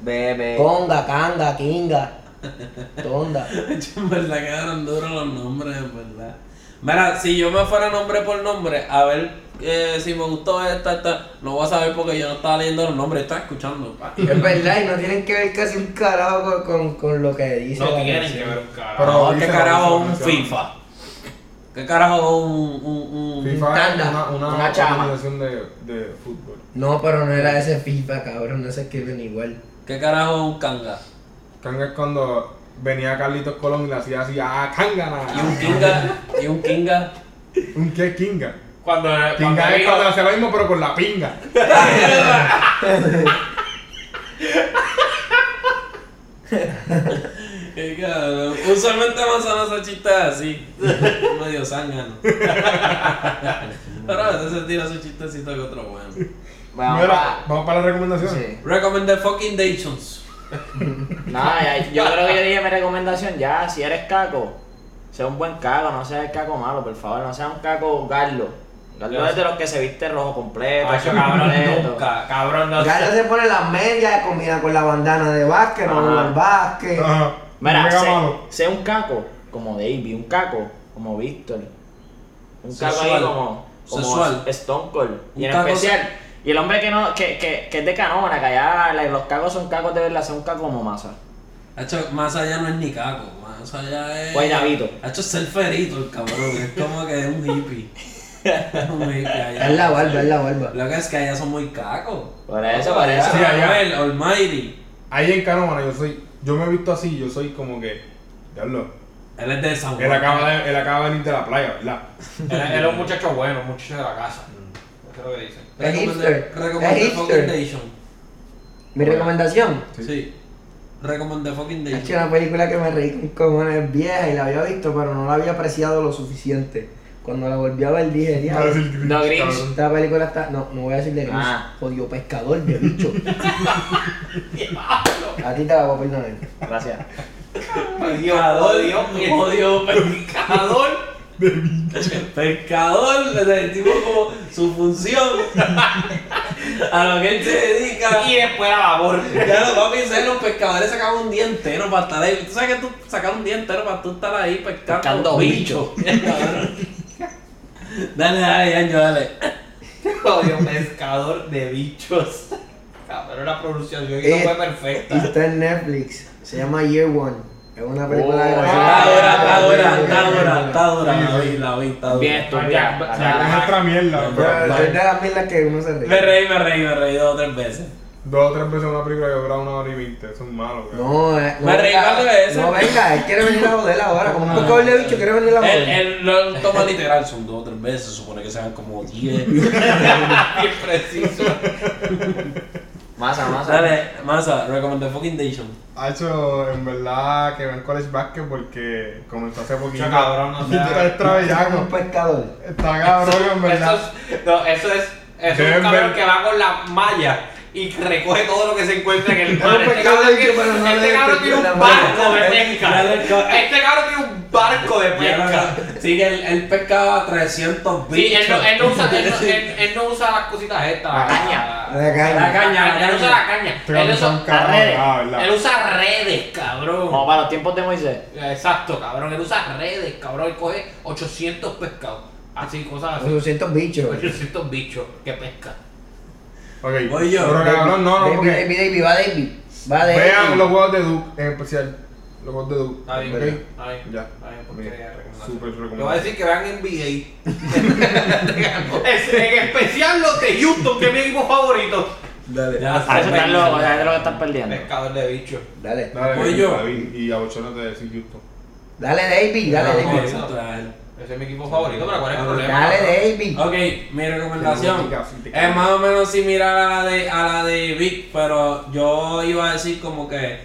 Speaker 3: Bebe.
Speaker 4: conga, canga, kinga, tonda.
Speaker 2: En verdad quedaron duros los nombres, en verdad. Mira, si yo me fuera nombre por nombre, a ver eh, si me gustó esta, esta, no voy a saber porque yo no estaba leyendo los nombres, estaba escuchando. pa.
Speaker 4: Es verdad, y no tienen que ver casi un carajo con, con, con lo que dice.
Speaker 1: No
Speaker 4: la
Speaker 1: tienen que
Speaker 4: canción.
Speaker 1: ver un carajo.
Speaker 5: Pero
Speaker 2: No,
Speaker 5: dice
Speaker 2: ¿qué
Speaker 5: la
Speaker 2: carajo
Speaker 5: misma
Speaker 2: un
Speaker 5: canción.
Speaker 2: FIFA? ¿Qué carajo un, un, un-
Speaker 5: FIFA es
Speaker 4: Tanda,
Speaker 5: una, una,
Speaker 4: una chama.
Speaker 5: organización de, de fútbol.
Speaker 4: No, pero no era ese FIFA, cabrón, no se escriben igual.
Speaker 2: qué carajo un canga?
Speaker 5: Kanga es cuando venía Carlitos Colón y le hacía así, ah, Kangana.
Speaker 2: Y un kinga, y un kinga.
Speaker 5: ¿Un qué Kinga?
Speaker 1: Cuando, cuando
Speaker 5: Kinga es
Speaker 1: dijo-
Speaker 5: cuando hace lo mismo pero con la pinga.
Speaker 2: *laughs* Qué cabrón. Eh, Usualmente Manzano hace chistes así. *laughs* Medio
Speaker 4: *laughs*
Speaker 2: zángano. Pero a veces se tira su chistecito que otro bueno.
Speaker 3: Vamos,
Speaker 5: Mira,
Speaker 3: pa.
Speaker 5: vamos para las recomendaciones.
Speaker 4: Sí.
Speaker 2: Recommended fucking dations.
Speaker 3: Nada, ya- yo creo que yo dije mi recomendación ya. Si eres caco, sea un buen caco, no seas el caco malo, por favor. No seas un caco garlo. Garlo es de los que se viste rojo completo.
Speaker 1: Macho,
Speaker 3: azul *laughs*
Speaker 1: cabrón,
Speaker 3: completo.
Speaker 1: nunca. Cabrón, no
Speaker 4: Gallo se pone las medias combina con la bandana de básquet, no
Speaker 3: Ajá.
Speaker 4: con el básquet.
Speaker 5: Ajá.
Speaker 3: Mira,
Speaker 5: Mega
Speaker 3: sé,
Speaker 5: malo.
Speaker 3: sé un caco como Davey, un caco como Víctor. Un caco
Speaker 2: Sexual.
Speaker 3: ahí como, como
Speaker 2: Sexual.
Speaker 3: Stone Cold.
Speaker 2: Un
Speaker 3: Y en
Speaker 2: caco
Speaker 3: especial. Y el hombre que no, que, que, que es de canómana, que allá la- los cacos son cacos de verdad, sea un caco como masa.
Speaker 2: Hacho, más allá no es ni caco, más allá es.
Speaker 3: Guaynabito.
Speaker 2: Hacho es ser ferito el cabrón, es como que es un hippie. Es un hippie allá.
Speaker 4: Es la barba, es la barba.
Speaker 2: Lo que es que allá son muy cacos.
Speaker 3: Por eso, por eso.
Speaker 2: Sí,
Speaker 5: Sí, allá.
Speaker 2: allá. El Almighty.
Speaker 5: Ahí en Canómana yo soy, yo me he visto así, yo soy como que, diablo,
Speaker 2: Él es de San
Speaker 5: él
Speaker 2: Juan.
Speaker 5: acaba de, él acaba de venir de la playa, ¿verdad?
Speaker 1: Él él es un muchacho bueno, un muchacho de la casa. Eso es lo que dicen.
Speaker 4: Es
Speaker 2: Recommended
Speaker 4: hipster.
Speaker 2: recommended
Speaker 4: Es
Speaker 2: fucking
Speaker 4: hipster.
Speaker 2: dations.
Speaker 4: Mi recomendación.
Speaker 5: Sí.
Speaker 2: Sí. Recomendé fucking
Speaker 4: Es que
Speaker 2: dations.
Speaker 4: una película que me reí con cojones vieja y la había visto, pero no la había apreciado lo suficiente. Cuando la volví a ver dije,
Speaker 5: Va a
Speaker 4: ya,
Speaker 5: decir Grinch,
Speaker 3: No, Grinch.
Speaker 5: cabrón.
Speaker 4: esta película está... No, no voy a decir de Grinch.
Speaker 3: Ah.
Speaker 4: Jodido pescador de
Speaker 2: *laughs*
Speaker 4: bicho. a ti te la voy a perdonar.
Speaker 2: *laughs*
Speaker 3: Gracias.
Speaker 2: Pescador, odio, pescador. Pescador, o sea, el tipo como su función, a lo que él se dedica.
Speaker 1: Y después la labor.
Speaker 2: Claro, papi, ¿sabes? los pescadores sacaban un día entero para estar ahí. ¿Tú sabes que tú sacas un día entero para tú estar ahí pescando,
Speaker 3: Pescando
Speaker 2: bichos? *laughs* dale, dale, Anjo, dale.
Speaker 1: Odio pescador de bichos. Cabrón, la pronunciación no
Speaker 2: Eh.
Speaker 1: fue perfecta.
Speaker 2: *laughs*
Speaker 4: Está en Netflix. Se llama Year One. Es una película
Speaker 3: Oh,
Speaker 2: Está dura, está dura,
Speaker 4: graciosa.
Speaker 2: está dura, está dura. La vi, la vi, está dura.
Speaker 3: Bien estúpida.
Speaker 1: Ya,
Speaker 5: Ya,
Speaker 1: ya.
Speaker 3: Ajá.
Speaker 5: Es otra mierda, bro.
Speaker 4: Pero Es de las mil que uno se
Speaker 2: Me
Speaker 4: ríe.
Speaker 2: reí, me reí, me reí dos o tres veces.
Speaker 5: Dos o tres veces una película que dura una hora y veinte, eso es malo, cabrón.
Speaker 4: No, eh, no
Speaker 2: Me reí
Speaker 4: venga,
Speaker 2: cuatro veces. Ah.
Speaker 4: No venga, él quiere venir a joder ahora. Como un pescador de bicho quiere venir a joder.
Speaker 2: Él, él lo toma literal, son dos o tres veces, supone que sean como diez.
Speaker 1: Bien preciso.
Speaker 3: Masa, masa.
Speaker 2: Dale, Masa, recommended fucking Dation.
Speaker 5: Ha hecho, en verdad, que ven college basketball porque comenzó hace poquito.
Speaker 1: Yo, cabrón,
Speaker 5: *laughs*
Speaker 1: o
Speaker 5: Y tú
Speaker 1: sea,
Speaker 5: estás
Speaker 4: Como
Speaker 5: trabellaco.
Speaker 4: un pescador.
Speaker 5: Está cabrón, en verdad.
Speaker 1: Eso es, no, eso es, eso es un
Speaker 5: Deben
Speaker 1: cabrón
Speaker 5: ver-
Speaker 1: que va con la malla y recoge todo lo que se encuentra en el mar. Este
Speaker 4: Pero pues, cabrón,
Speaker 1: cabrón,
Speaker 4: que- pero no
Speaker 1: tiene- este
Speaker 4: le-
Speaker 1: cabrón tiene
Speaker 4: la
Speaker 1: un
Speaker 4: malla.
Speaker 1: barco de pesca.
Speaker 2: Dale,
Speaker 1: Este cabrón tiene un barco de pesca.
Speaker 2: Sí, que él, él pesca 300
Speaker 1: Sí, él no, él no usa, él, no,
Speaker 2: *laughs* Sí.
Speaker 1: él- él no usa las cositas estas.
Speaker 5: La
Speaker 3: caña.
Speaker 4: La
Speaker 2: La
Speaker 4: caña.
Speaker 2: caña, la
Speaker 1: Él usa la
Speaker 2: caña.
Speaker 5: Este
Speaker 1: caña. Él
Speaker 5: cabrón está un
Speaker 1: usa,
Speaker 5: cabrón,
Speaker 3: redes.
Speaker 5: ah,
Speaker 1: él
Speaker 5: ¿verdad?
Speaker 1: usa redes, cabrón.
Speaker 3: Como para los tiempos de Moisés.
Speaker 1: Exacto, cabrón. Él usa redes, cabrón. Él coge 800 pescados. Así, cosas así.
Speaker 4: 800 bichos.
Speaker 1: 800 bichos que pesca.
Speaker 5: Ok.
Speaker 2: Voy yo.
Speaker 5: Pero cabrón, no, no,
Speaker 4: David,
Speaker 5: porque-
Speaker 4: David, David, va David. Va David.
Speaker 5: Vean los juegos de Duke, en especial. Los juegos de Duke.
Speaker 1: Está bien,
Speaker 5: ¿ok?
Speaker 1: está bien.
Speaker 5: Ya.
Speaker 1: Está bien, porque
Speaker 5: Bien.
Speaker 1: quería recomendar.
Speaker 5: Súper
Speaker 1: Le voy a
Speaker 5: recomendado.
Speaker 1: decir que vean NBA. *laughs* Es- en especial los de Houston, que es mi equipo favorito.
Speaker 4: Dale.
Speaker 2: Ya,
Speaker 1: Ah,
Speaker 3: A eso están
Speaker 2: sí.
Speaker 3: locos, ya es lo que están perdiendo.
Speaker 1: Pescador de bichos.
Speaker 4: Dale.
Speaker 5: Dale,
Speaker 2: Voy yo.
Speaker 5: David, y a Ochoa no te decís Houston.
Speaker 4: Dale, David. Dale,
Speaker 2: No,
Speaker 4: David.
Speaker 1: David.
Speaker 2: eso está él.
Speaker 1: Ese es mi equipo favorito, pero ¿cuál es el problema?
Speaker 4: Dale, David.
Speaker 2: Ok, mi recomendación
Speaker 5: Significa, significa.
Speaker 2: es más o menos similar a la de a la de Vic, pero yo iba a decir como que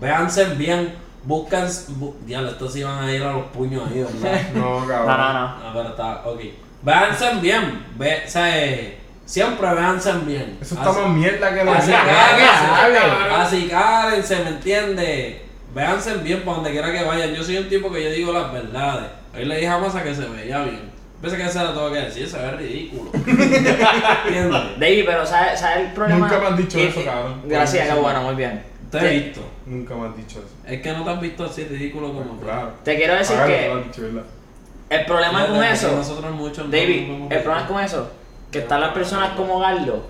Speaker 2: véanse bien, buscan, bu- diablo, estos se iban a ir a los puños ahí,
Speaker 5: *laughs*
Speaker 2: ¿verdad?
Speaker 5: No,
Speaker 3: No,
Speaker 5: cabrón.
Speaker 3: no, no.
Speaker 2: Ah, pero está, ok. Véanse bien, ve, o sea, eh, siempre véanse bien.
Speaker 5: Eso está más mierda que la
Speaker 2: Así que, ah,
Speaker 5: mierda.
Speaker 2: así cárense, ¿me entiendes? Véanse bien para donde quiera que vayan. Yo soy un tipo que yo digo las verdades. Hoy le dije a Masa que se veía bien. Pensé que se la tengo que decir, se
Speaker 3: *laughs*
Speaker 2: ve ridículo. ¿Entiendes?
Speaker 3: David, pero ¿sabes sabe el problema?
Speaker 5: Nunca me han dicho
Speaker 3: Y-
Speaker 5: eso, cabrón.
Speaker 3: Gracias,
Speaker 5: Nunca.
Speaker 3: qué bueno, muy bien.
Speaker 2: Te he visto.
Speaker 5: Nunca me has dicho eso.
Speaker 2: Es que no te has visto así ridículo como tú.
Speaker 5: Claro.
Speaker 3: Te quiero decir
Speaker 5: Hágalo,
Speaker 3: que-
Speaker 5: no lo has dicho, ¿verdad?
Speaker 3: El problema con
Speaker 2: Fíjate,
Speaker 3: eso,
Speaker 2: Nosotros muchos no-
Speaker 3: David,
Speaker 2: no- no-
Speaker 3: el problema con eso, que están las personas como Garlo,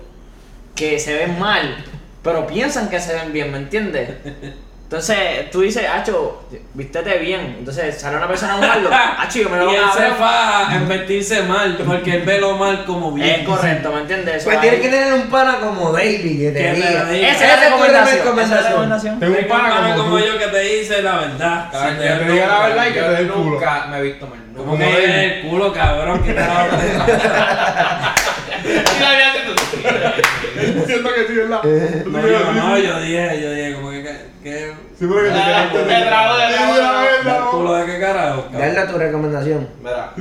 Speaker 3: que se ven mal, pero piensan que se ven bien, ¿me entiendes? Entonces tú dices, Acho, vístete bien. Entonces sale una persona como
Speaker 2: *laughs*
Speaker 3: Garlo, Acho, yo Ah, me lo
Speaker 2: Y
Speaker 3: voy a
Speaker 2: él se
Speaker 3: hacer.
Speaker 2: va a vestirse mal porque él ve lo mal como bien.
Speaker 3: Es correcto, ¿me entiendes? Eso
Speaker 4: Pues tienes
Speaker 3: ahí.
Speaker 4: que tener un pana como David que
Speaker 2: Que me
Speaker 4: te
Speaker 2: lo
Speaker 4: diga.
Speaker 2: diga.
Speaker 3: Esa
Speaker 4: Esa
Speaker 3: es
Speaker 4: es
Speaker 3: la
Speaker 4: tu
Speaker 3: recomendación. esa
Speaker 4: recomendación.
Speaker 3: es la recomendación.
Speaker 5: Tengo un
Speaker 2: Tengo pana
Speaker 5: pana
Speaker 2: como
Speaker 5: como tú.
Speaker 2: yo que te dice la verdad.
Speaker 1: Cabrón,
Speaker 2: Sin
Speaker 1: yo
Speaker 5: que te diga la
Speaker 1: nunca-
Speaker 5: verdad y que
Speaker 1: yo
Speaker 5: te dé el culo.
Speaker 1: Nunca me he visto mal. nunca. *laughs*
Speaker 2: Como que
Speaker 5: David.
Speaker 2: en el culo, cabrón, que te la *laughs*
Speaker 1: Y la vida hace tu-
Speaker 5: Siento que sí, ¿verdad? Tú
Speaker 2: No,
Speaker 5: digas,
Speaker 2: yo
Speaker 5: sí,
Speaker 2: no,
Speaker 5: sí.
Speaker 2: yo dije, yo dije, como que. que
Speaker 5: Sí, porque te
Speaker 1: Ah,
Speaker 5: quedaste-
Speaker 1: te trabo, te
Speaker 5: Sí,
Speaker 1: trabo,
Speaker 5: la
Speaker 1: te
Speaker 2: ¿El
Speaker 5: verdad,
Speaker 2: culo de qué carajo? cabrón?
Speaker 4: Darle tu recomendación.
Speaker 1: Mira,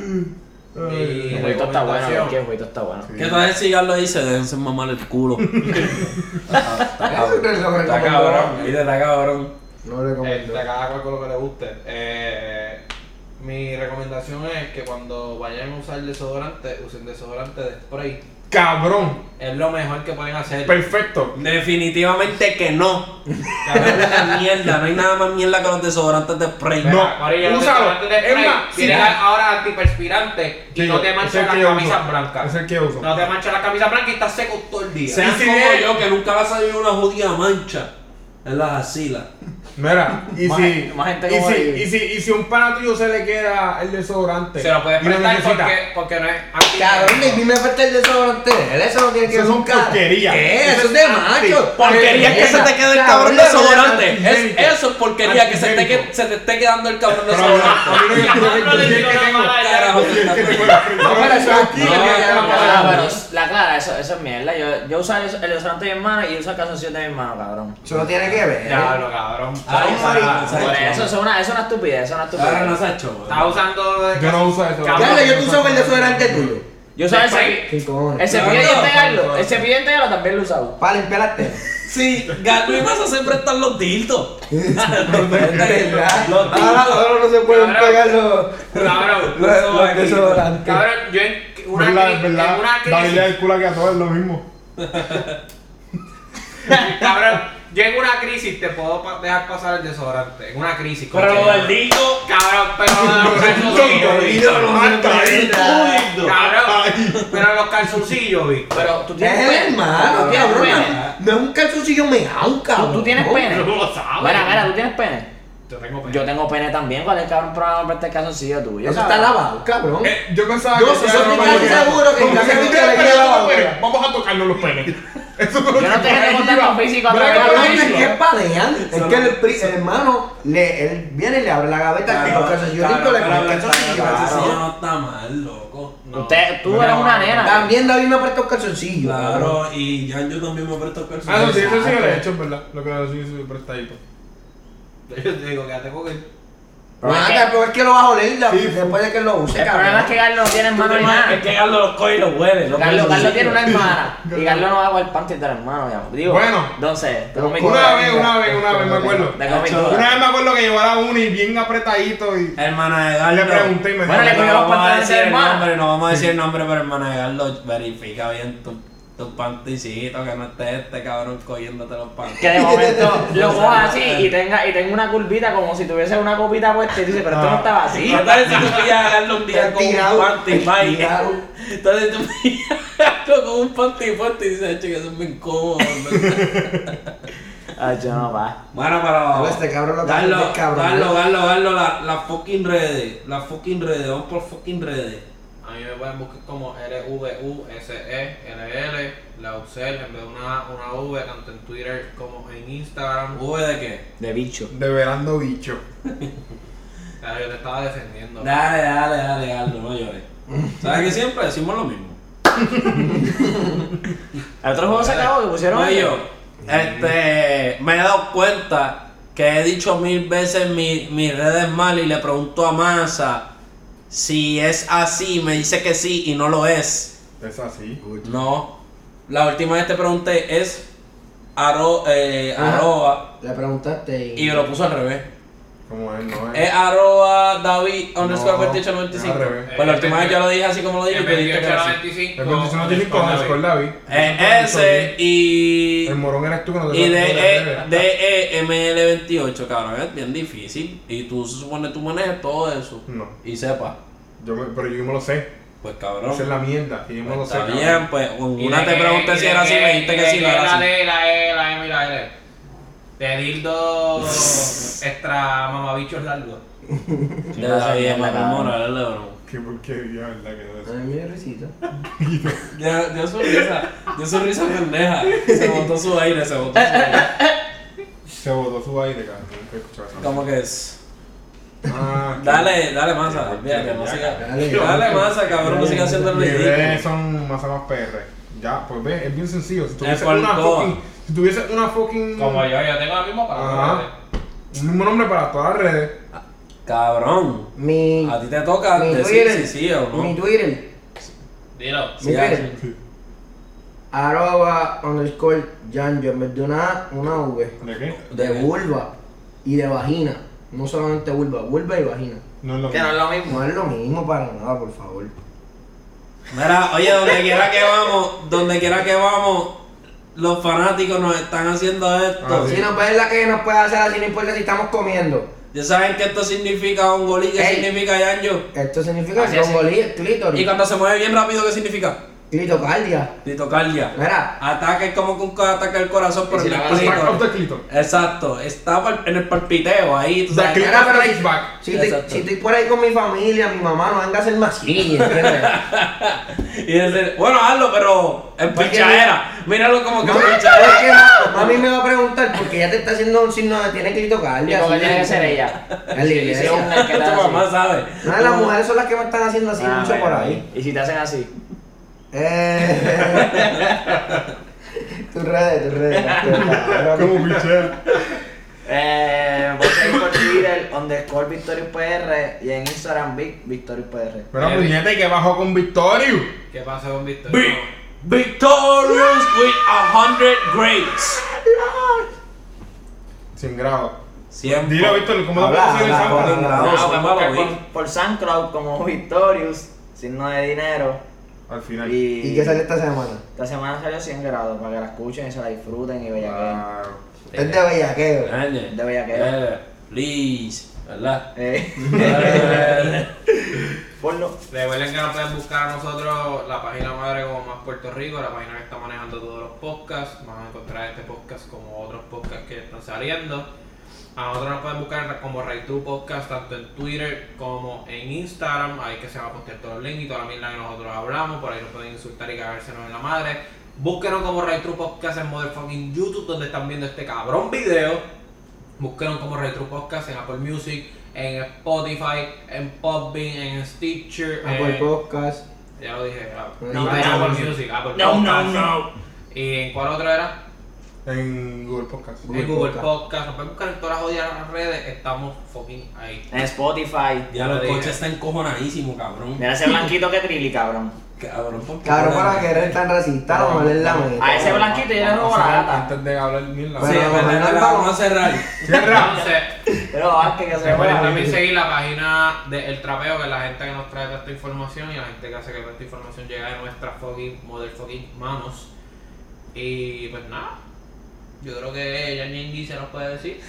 Speaker 5: Ay,
Speaker 1: mi
Speaker 3: El juguito está bueno,
Speaker 1: recomendación-
Speaker 3: porque el juguito está bueno.
Speaker 5: sí.
Speaker 2: ¿Qué tal si Garlo dice? Déjense mamar el culo. Está cabrón.
Speaker 4: Lo
Speaker 1: Está
Speaker 4: recomendó.
Speaker 1: cabrón.
Speaker 2: Mira, está cabrón.
Speaker 4: No lo
Speaker 1: Este,
Speaker 4: recomendó.
Speaker 1: a cada cual con lo que le guste. Eh, mi recomendación es que cuando vayan a usar desodorante, usen desodorante de spray.
Speaker 5: Cabrón.
Speaker 1: Es lo mejor que pueden hacer.
Speaker 5: Perfecto.
Speaker 2: Definitivamente que no. Cabrón, esa mierda. No hay nada más mierda que los desodorantes de spray.
Speaker 1: Mira,
Speaker 5: No,
Speaker 1: María, los
Speaker 5: úsalo.
Speaker 1: desodorantes de
Speaker 5: Es
Speaker 1: spray
Speaker 5: más,
Speaker 1: tienen
Speaker 5: sí.
Speaker 1: ahora antiperspirante y
Speaker 5: Sí,
Speaker 1: no te
Speaker 5: ese
Speaker 1: mancha
Speaker 5: es el
Speaker 1: las
Speaker 5: que yo
Speaker 1: camisas
Speaker 5: uso.
Speaker 1: blancas.
Speaker 5: Es el que uso.
Speaker 1: No te mancha las camisas blancas y estás seco todo el día.
Speaker 2: Sean
Speaker 5: Y si
Speaker 2: como
Speaker 5: de-
Speaker 2: yo, que nunca va a salir una jodida mancha en las axilas.
Speaker 5: Mira, y
Speaker 3: Más
Speaker 5: si,
Speaker 3: gente- más gente
Speaker 5: y,
Speaker 3: como
Speaker 5: si,
Speaker 3: David.
Speaker 5: y, si, y si un pana tuyo se le queda el desodorante.
Speaker 1: Se lo puedes
Speaker 5: y
Speaker 1: prestar
Speaker 5: necesita.
Speaker 1: porque, porque no es *laughs*
Speaker 4: Cabrón,
Speaker 1: antiperspirante.
Speaker 4: David me falta el desodorante. Él eso no tiene que
Speaker 5: Eso son
Speaker 4: buscar.
Speaker 5: porquerías.
Speaker 4: ¿Qué?
Speaker 5: Eso
Speaker 4: Eso
Speaker 5: es
Speaker 4: es de
Speaker 5: anti-
Speaker 4: macho.
Speaker 2: Porquería que se te quede el cabrón desodorante. Es, eso es porquería que se, te que-
Speaker 5: Antihigiénico.
Speaker 2: se te esté quedando el cabrón
Speaker 5: Pero, a
Speaker 2: desodorante.
Speaker 5: mí no me
Speaker 1: No, no le
Speaker 5: que
Speaker 1: digo nada
Speaker 5: tengo.
Speaker 1: más allá.
Speaker 2: Carajo,
Speaker 5: Es que
Speaker 2: está-
Speaker 5: tengo la-
Speaker 4: No, pero eso es aquí.
Speaker 5: No,
Speaker 4: que
Speaker 5: no,
Speaker 4: ya
Speaker 5: no,
Speaker 4: lo
Speaker 5: no,
Speaker 3: Ah,
Speaker 4: cagaron.
Speaker 3: pero la clara, eso, eso es mierda. Yo, yo uso el, el desodorante de mi hermano y uso el calzoncillo de mi hermano, cabrón.
Speaker 4: Eso no tiene que ver.
Speaker 1: Diablo, cabrón.
Speaker 2: Ay,
Speaker 1: Está usando-
Speaker 2: marico,
Speaker 3: Por eso, eso es una, eso es una estupidez, eso es una estupidez.
Speaker 2: Ahora Ah, no se ha hecho. bro.
Speaker 1: Está usando.
Speaker 5: Yo no uso eso.
Speaker 1: Cabrón,
Speaker 4: Dale, yo te uso el desodorante tuyo.
Speaker 3: Yo usaba el
Speaker 1: Spray.
Speaker 3: cepi-
Speaker 4: ¿Qué cojones?
Speaker 3: el cepillo de dientes Garlo, el cepillo de dientes Garlo también lo usaba.
Speaker 4: Para limpiar las telas.
Speaker 2: Sí, Galo y Massa siempre están los dildos.
Speaker 4: ¿Verdad?
Speaker 2: Los
Speaker 4: Ahora
Speaker 5: ah.
Speaker 2: dildos.
Speaker 4: ahora no se pueden
Speaker 1: Cabrón.
Speaker 4: pegar los
Speaker 1: Cabrón,
Speaker 4: los-
Speaker 2: eso
Speaker 4: los
Speaker 2: aquí.
Speaker 4: desodorantes.
Speaker 1: Cabrón, yo en una,
Speaker 5: ¿Verdad?
Speaker 1: cri-
Speaker 5: ¿Verdad?
Speaker 1: en una crisis.
Speaker 5: Darle el culo aquí a todos es lo mismo.
Speaker 1: *laughs* Cabrón, yo en una crisis te puedo pa- dejar pasar el desodorante. En una crisis.
Speaker 2: Pero
Speaker 1: coño.
Speaker 2: lo del dildo.
Speaker 1: Cabrón, pero los calzoncillos. vi.
Speaker 5: *laughs* Yo no uso
Speaker 4: Hasta ahí.
Speaker 1: Cabrón, pero los calzoncillos, vi.
Speaker 3: Pero tú
Speaker 4: Es
Speaker 3: tienes
Speaker 4: el
Speaker 3: pene.
Speaker 4: hermano,
Speaker 3: Tú tienes
Speaker 4: cabrón.
Speaker 3: pene.
Speaker 4: No es un calzoncillo meao,
Speaker 3: Tú,
Speaker 4: cabrón.
Speaker 3: tú tienes
Speaker 1: Tú
Speaker 3: pene.
Speaker 1: lo sabes.
Speaker 3: Mira, mira, tú tienes pene.
Speaker 1: Yo tengo pene.
Speaker 3: Yo tengo pene también. ¿Cuál es el cabrón problema de comprarte el calzoncillo tuyo?
Speaker 4: Eso está lavado, cabrón.
Speaker 5: Eh, Yo pensaba
Speaker 4: Yo
Speaker 5: que
Speaker 4: soy
Speaker 5: era
Speaker 4: de
Speaker 5: normal.
Speaker 4: casi seguro que
Speaker 5: Como
Speaker 4: casi
Speaker 5: si
Speaker 4: nunca
Speaker 5: tuviera
Speaker 4: le
Speaker 5: pelo
Speaker 4: queda
Speaker 5: en los
Speaker 4: la
Speaker 5: pelos.
Speaker 4: boca.
Speaker 5: pues. Vamos a tocarnos los
Speaker 4: *laughs*
Speaker 5: penes. Eso es lo
Speaker 3: Yo no te
Speaker 5: que-
Speaker 3: dejo contacto físico a
Speaker 5: Mira
Speaker 3: través de la
Speaker 5: que
Speaker 4: Pero
Speaker 5: por ahí
Speaker 4: es
Speaker 5: me-
Speaker 4: que padean, es
Speaker 2: Solo-
Speaker 4: que el, pri- el hermano le, él viene y le abre la gaveta
Speaker 2: Claro,
Speaker 4: con los calzoncillos
Speaker 2: claro,
Speaker 4: limpios, le
Speaker 2: claro,
Speaker 4: pone el
Speaker 2: claro,
Speaker 4: calzoncillo.
Speaker 2: claro,
Speaker 4: Claro.
Speaker 2: no está mal, loco.
Speaker 1: No.
Speaker 3: Usted, tú
Speaker 5: No,
Speaker 3: eres una
Speaker 5: no,
Speaker 3: nena.
Speaker 4: También David me prestó un calzoncillo. cabrón.
Speaker 6: Claro, y Janjo también me prestó
Speaker 5: Ah, eso sí,
Speaker 6: personas.
Speaker 5: eso sí lo he hecho, ¿verdad? Lo que lo sí, sí, prestadito.
Speaker 1: Yo te digo, quédate con él.
Speaker 4: Pero
Speaker 3: Es
Speaker 4: acá,
Speaker 3: que-
Speaker 4: pero es que lo va a oler la-
Speaker 5: Sí.
Speaker 4: después de que lo use.
Speaker 3: El problema es que Carlos no tiene hermano ni nada.
Speaker 2: Es que Carlos los coge y los huele. los
Speaker 3: Carlos,
Speaker 2: huele
Speaker 3: Carlos
Speaker 2: sucio.
Speaker 3: tiene una
Speaker 5: *laughs*
Speaker 3: hermana. Y Carlos no va a jugar panties de la hermana, ya. Digo,
Speaker 5: Bueno.
Speaker 3: entonces, te
Speaker 4: Una
Speaker 3: comí-
Speaker 5: Una vez, una vez, una vez, me acuerdo.
Speaker 3: te comí
Speaker 2: Hacho.
Speaker 3: todas.
Speaker 5: Una vez me acuerdo que llevaba uno y bien apretadito y
Speaker 2: Hermana de
Speaker 5: le
Speaker 2: Carlos.
Speaker 5: pregunté y me
Speaker 3: Bueno, le
Speaker 5: dijo,
Speaker 3: cogió
Speaker 2: No
Speaker 3: los
Speaker 2: vamos a
Speaker 3: pantalones de
Speaker 2: decir el
Speaker 3: hermana.
Speaker 2: nombre, no vamos a decir el nombre, pero hermana de Carlos, verifica bien tus tu panticitos, que no esté este cabrón cogiéndote los
Speaker 3: Que
Speaker 2: pantalones.
Speaker 3: de momento lo coja así y tenga, y tenga una curvita como si tuviese una copita puesta y dice, pero esto no estaba así.
Speaker 5: *laughs*
Speaker 2: ¿Qué tal si tú pillas a Carlos un día con un
Speaker 4: Tirado,
Speaker 2: panty bye?
Speaker 4: tirado.
Speaker 2: Entonces
Speaker 6: *laughs*
Speaker 2: tú pillas a Carlos con un panty puesto y dices, "Che, que eso es bien cómodo.
Speaker 3: Ay, yo no, va.
Speaker 6: Bueno, para.
Speaker 4: Pero este cabrón lo que hace
Speaker 6: Darlo,
Speaker 4: es cabrón. ¿eh?
Speaker 6: darlo, darlo, darlo, la, la fucking redes, la fucking redes, vamos por fucking redes.
Speaker 1: A mí me pueden buscar como E L-V-U-S-E-L-L, Lausel, en vez de una, una V, tanto en Twitter como en Instagram.
Speaker 6: ¿V de qué?
Speaker 3: De bicho.
Speaker 5: develando bicho.
Speaker 1: Claro, yo te estaba defendiendo.
Speaker 6: Dale, dale, dale, Carlos, no
Speaker 4: *laughs*
Speaker 6: llores. ¿Sabes que siempre decimos lo mismo?
Speaker 3: El otro juego se acabó que pusieron.
Speaker 2: Oye, yo, este, me he dado cuenta que he dicho mil veces mi- mis redes mal y le pregunto a Masa si es así, me dice que sí y no lo es.
Speaker 5: Es así.
Speaker 2: No. La última vez te pregunté es aro- eh,
Speaker 4: Ajá.
Speaker 2: arroba
Speaker 4: Le preguntaste
Speaker 2: y me lo puso al revés.
Speaker 5: Como es, no es.
Speaker 2: Es arroba David underscore
Speaker 5: No,
Speaker 2: 2895.
Speaker 5: al revés.
Speaker 2: Pues la última vez yo lo dije así como lo dije y
Speaker 1: En
Speaker 2: te dije que era así.
Speaker 1: 2895.
Speaker 5: El 25
Speaker 1: con
Speaker 5: underscore
Speaker 1: David.
Speaker 5: David.
Speaker 2: Eh, ese y.
Speaker 5: El morón eres tú que no te
Speaker 2: Y
Speaker 5: lo-
Speaker 2: de E, DEML28, cabrón, es bien difícil. Y tú se supone tú manejes todo eso.
Speaker 5: No,
Speaker 2: Y sepas,
Speaker 5: yo me- pero yo me lo sé.
Speaker 2: pues cabrón.
Speaker 5: Esa es la mierda. Y yo me
Speaker 2: pues,
Speaker 5: lo sé.
Speaker 2: está
Speaker 5: cabrón.
Speaker 2: bien, pues con
Speaker 1: Y
Speaker 2: una
Speaker 1: de
Speaker 2: te
Speaker 1: que-
Speaker 2: pregunté
Speaker 1: y
Speaker 2: si
Speaker 1: de
Speaker 2: era así, me dijiste
Speaker 1: y
Speaker 2: que
Speaker 1: de
Speaker 2: sí, no era
Speaker 1: La
Speaker 2: así.
Speaker 1: D, la E, la M y la L. De dildo
Speaker 2: *laughs*
Speaker 1: extra mamabichos largos.
Speaker 2: De la
Speaker 3: mierda,
Speaker 2: vida, me
Speaker 3: cabrón.
Speaker 2: enamoré, bro.
Speaker 5: Qué porquería, ¿verdad? Que no
Speaker 4: Ay,
Speaker 5: es.
Speaker 4: mira, risito.
Speaker 2: Ya, ya su risa, ya su risa pendeja. Se botó su aire, se botó su aire.
Speaker 5: Se botó su aire, cabrón. Nunca he escuchado esa
Speaker 2: ¿Cómo que es?
Speaker 5: mierda.
Speaker 2: *laughs*
Speaker 5: Ah,
Speaker 2: Dale, dale masa,
Speaker 5: Qué
Speaker 2: mira, que no
Speaker 5: porquería,
Speaker 2: siga.
Speaker 4: Dale.
Speaker 2: Dale masa, cabrón, no siga haciendo el
Speaker 5: Mis
Speaker 2: ridículo.
Speaker 5: redes son más o menos PR. Ya, pues ve, es bien sencillo. Si
Speaker 2: Es
Speaker 5: tuviese
Speaker 2: por
Speaker 5: una
Speaker 2: todo.
Speaker 5: fucking. Si tuviese una fucking.
Speaker 1: Como yo, yo tengo la misma
Speaker 5: Ajá.
Speaker 1: para
Speaker 5: Un mismo nombre para todas las redes.
Speaker 2: Cabrón,
Speaker 4: Mi,
Speaker 2: a ti te toca
Speaker 4: mi
Speaker 2: decir
Speaker 4: Twitter.
Speaker 2: sí, sí o no.
Speaker 4: mi Twitter.
Speaker 1: Dilo.
Speaker 2: Sí,
Speaker 4: Mi Twitter.
Speaker 2: sí.
Speaker 4: Arroba underscore Janjo. En vez de una, una V.
Speaker 5: ¿De qué?
Speaker 4: De vulva y de vagina. No solamente vulva, vulva y vagina.
Speaker 5: No es lo
Speaker 3: Que no es lo mismo.
Speaker 5: mismo.
Speaker 4: No es lo mismo para nada, por favor.
Speaker 2: Mira, oye, donde quiera que vamos, donde quiera que vamos, los fanáticos nos están haciendo esto.
Speaker 5: Ah,
Speaker 4: Si nos ven la que nos puede hacer así, no importa si estamos comiendo.
Speaker 2: Ya saben que esto significa un golí, ¿qué
Speaker 4: Ey.
Speaker 2: significa Yanjo?
Speaker 4: Esto significa
Speaker 3: Así es.
Speaker 4: congolí,
Speaker 2: Y
Speaker 4: clítoris,
Speaker 2: cuando se mueve bien rápido, ¿qué significa?
Speaker 4: clitocardia.
Speaker 2: Litocardia.
Speaker 4: Mira,
Speaker 2: Ataque es como que un co- ataque al corazón por
Speaker 3: Y si
Speaker 2: el
Speaker 3: la pues,
Speaker 5: Up the- up
Speaker 2: clítoris.
Speaker 5: the clítoris.
Speaker 2: Exacto, está pal- en el palpiteo ahí, tú
Speaker 5: The
Speaker 2: sabes.
Speaker 5: clítoris
Speaker 4: pero-
Speaker 5: is back.
Speaker 4: si, estoy-
Speaker 2: Exacto.
Speaker 4: si estoy por ahí con mi familia, mi mamá, no venga a hacerme así, *laughs* ¿entiendes?
Speaker 2: Y decir, bueno, hazlo, pero en
Speaker 3: Pues
Speaker 4: Porque-
Speaker 2: pichadera. Míralo como que
Speaker 4: Mami,
Speaker 2: en
Speaker 4: ¿sabes
Speaker 2: pichadera.
Speaker 4: qué? Ma- Mami me va a preguntar porque ella te está haciendo un signo de tiene
Speaker 3: ¿Y
Speaker 4: clitocardia.
Speaker 3: por qué
Speaker 4: así,
Speaker 3: tiene que
Speaker 4: ¿no?
Speaker 3: ser *laughs* ella?
Speaker 4: En la
Speaker 3: Sí,
Speaker 4: iglesia.
Speaker 3: una que te
Speaker 2: Tu
Speaker 3: hace así.
Speaker 2: mamá sabe.
Speaker 4: No, las mujeres son las que me están haciendo así
Speaker 3: Ah,
Speaker 4: mucho por
Speaker 3: bueno,
Speaker 4: ahí.
Speaker 3: Y si te hacen así.
Speaker 4: Eh. *laughs* tus redes, tus redes.
Speaker 5: Como pichea.
Speaker 3: Eh, voy a ir por Twitter, underscore Victorious PR y en Instagram Vic Victorious PR.
Speaker 5: Pero puñeta, y que bajó con Victorio.
Speaker 1: ¿Qué pasa con Víctor?
Speaker 2: Big, victorious with a hundred grades.
Speaker 5: 100 grados.
Speaker 2: Siempre.
Speaker 5: Dilo, Víctor, ¿cómo lo
Speaker 4: Habla,
Speaker 5: puedes hacer
Speaker 4: habla,
Speaker 5: el
Speaker 4: habla,
Speaker 5: Santa?
Speaker 4: habla.
Speaker 2: No,
Speaker 3: Ah,
Speaker 2: se
Speaker 3: voy a
Speaker 2: llama
Speaker 3: buscar
Speaker 2: Vic.
Speaker 3: por, por SoundCloud como Victorious, signo de dinero.
Speaker 5: Al final.
Speaker 3: Y,
Speaker 4: ¿Y qué sale esta semana?
Speaker 3: esta semana salió 100 grados para que la escuchen y se la disfruten y
Speaker 4: Ah.
Speaker 3: bellaqueen.
Speaker 5: Claro.
Speaker 4: Es de bellaqueo.
Speaker 2: Ángel,
Speaker 3: De bellaqueo.
Speaker 2: eh, Please,
Speaker 4: *laughs*
Speaker 2: ¿verdad?
Speaker 3: Eh. *laughs* Ponlo.
Speaker 1: Recuerden que nos pueden buscar a nosotros la página madre como Más Puerto Rico, la página que está manejando todos los podcasts. Van a encontrar este podcast como otros podcasts que están saliendo. A nosotros nos pueden buscar como RayTu Podcast tanto en Twitter como en Instagram. Ahí que se va a postear todo el link y toda la mierda que nosotros hablamos. Por ahí nos pueden insultar y cagársenos en la madre. Búsquenos como RayTu Podcast en motherfucking YouTube donde están viendo este cabrón video. Búsquenos como Retro Podcast en Apple Music, en Spotify, en Podbean, en Stitcher, en
Speaker 4: Apple Podcast.
Speaker 1: Ya lo dije, claro.
Speaker 4: No,
Speaker 1: Y en
Speaker 4: no,
Speaker 1: Apple Music, Apple
Speaker 2: No, no,
Speaker 1: Podcast.
Speaker 2: no.
Speaker 1: ¿Y en cuál otra era?
Speaker 5: En Google Podcast.
Speaker 1: en Google Podcast. Nos pueden buscar en todas las odias redes. Estamos fucking ahí.
Speaker 3: En Spotify.
Speaker 6: Ya
Speaker 1: Lo
Speaker 6: los
Speaker 1: dije.
Speaker 6: coches está encojonadísimo, cabrón.
Speaker 3: Mira ese blanquito que trilli, cabrón.
Speaker 6: Cabrón, ¿por qué?
Speaker 4: Cabrón, para que eres tan racista, no me la meta.
Speaker 3: A ese blanquito yo le robo la gata.
Speaker 5: Antes de hablar mierda.
Speaker 6: Sí,
Speaker 4: Bueno,
Speaker 6: verdad,
Speaker 4: Manuel,
Speaker 6: la
Speaker 4: vamos.
Speaker 6: vamos a cerrar.
Speaker 5: Cierra.
Speaker 1: Entonces,
Speaker 3: Pero Vázquez que se
Speaker 1: recuerden
Speaker 3: juega.
Speaker 1: también seguir la página de El Trapeo, que es la gente que nos trae toda esta información y la gente que hace que toda esta información llegue a nuestras fucking motherfucking manos. Y pues nada. Yo creo que Yanyengi se nos puede decir.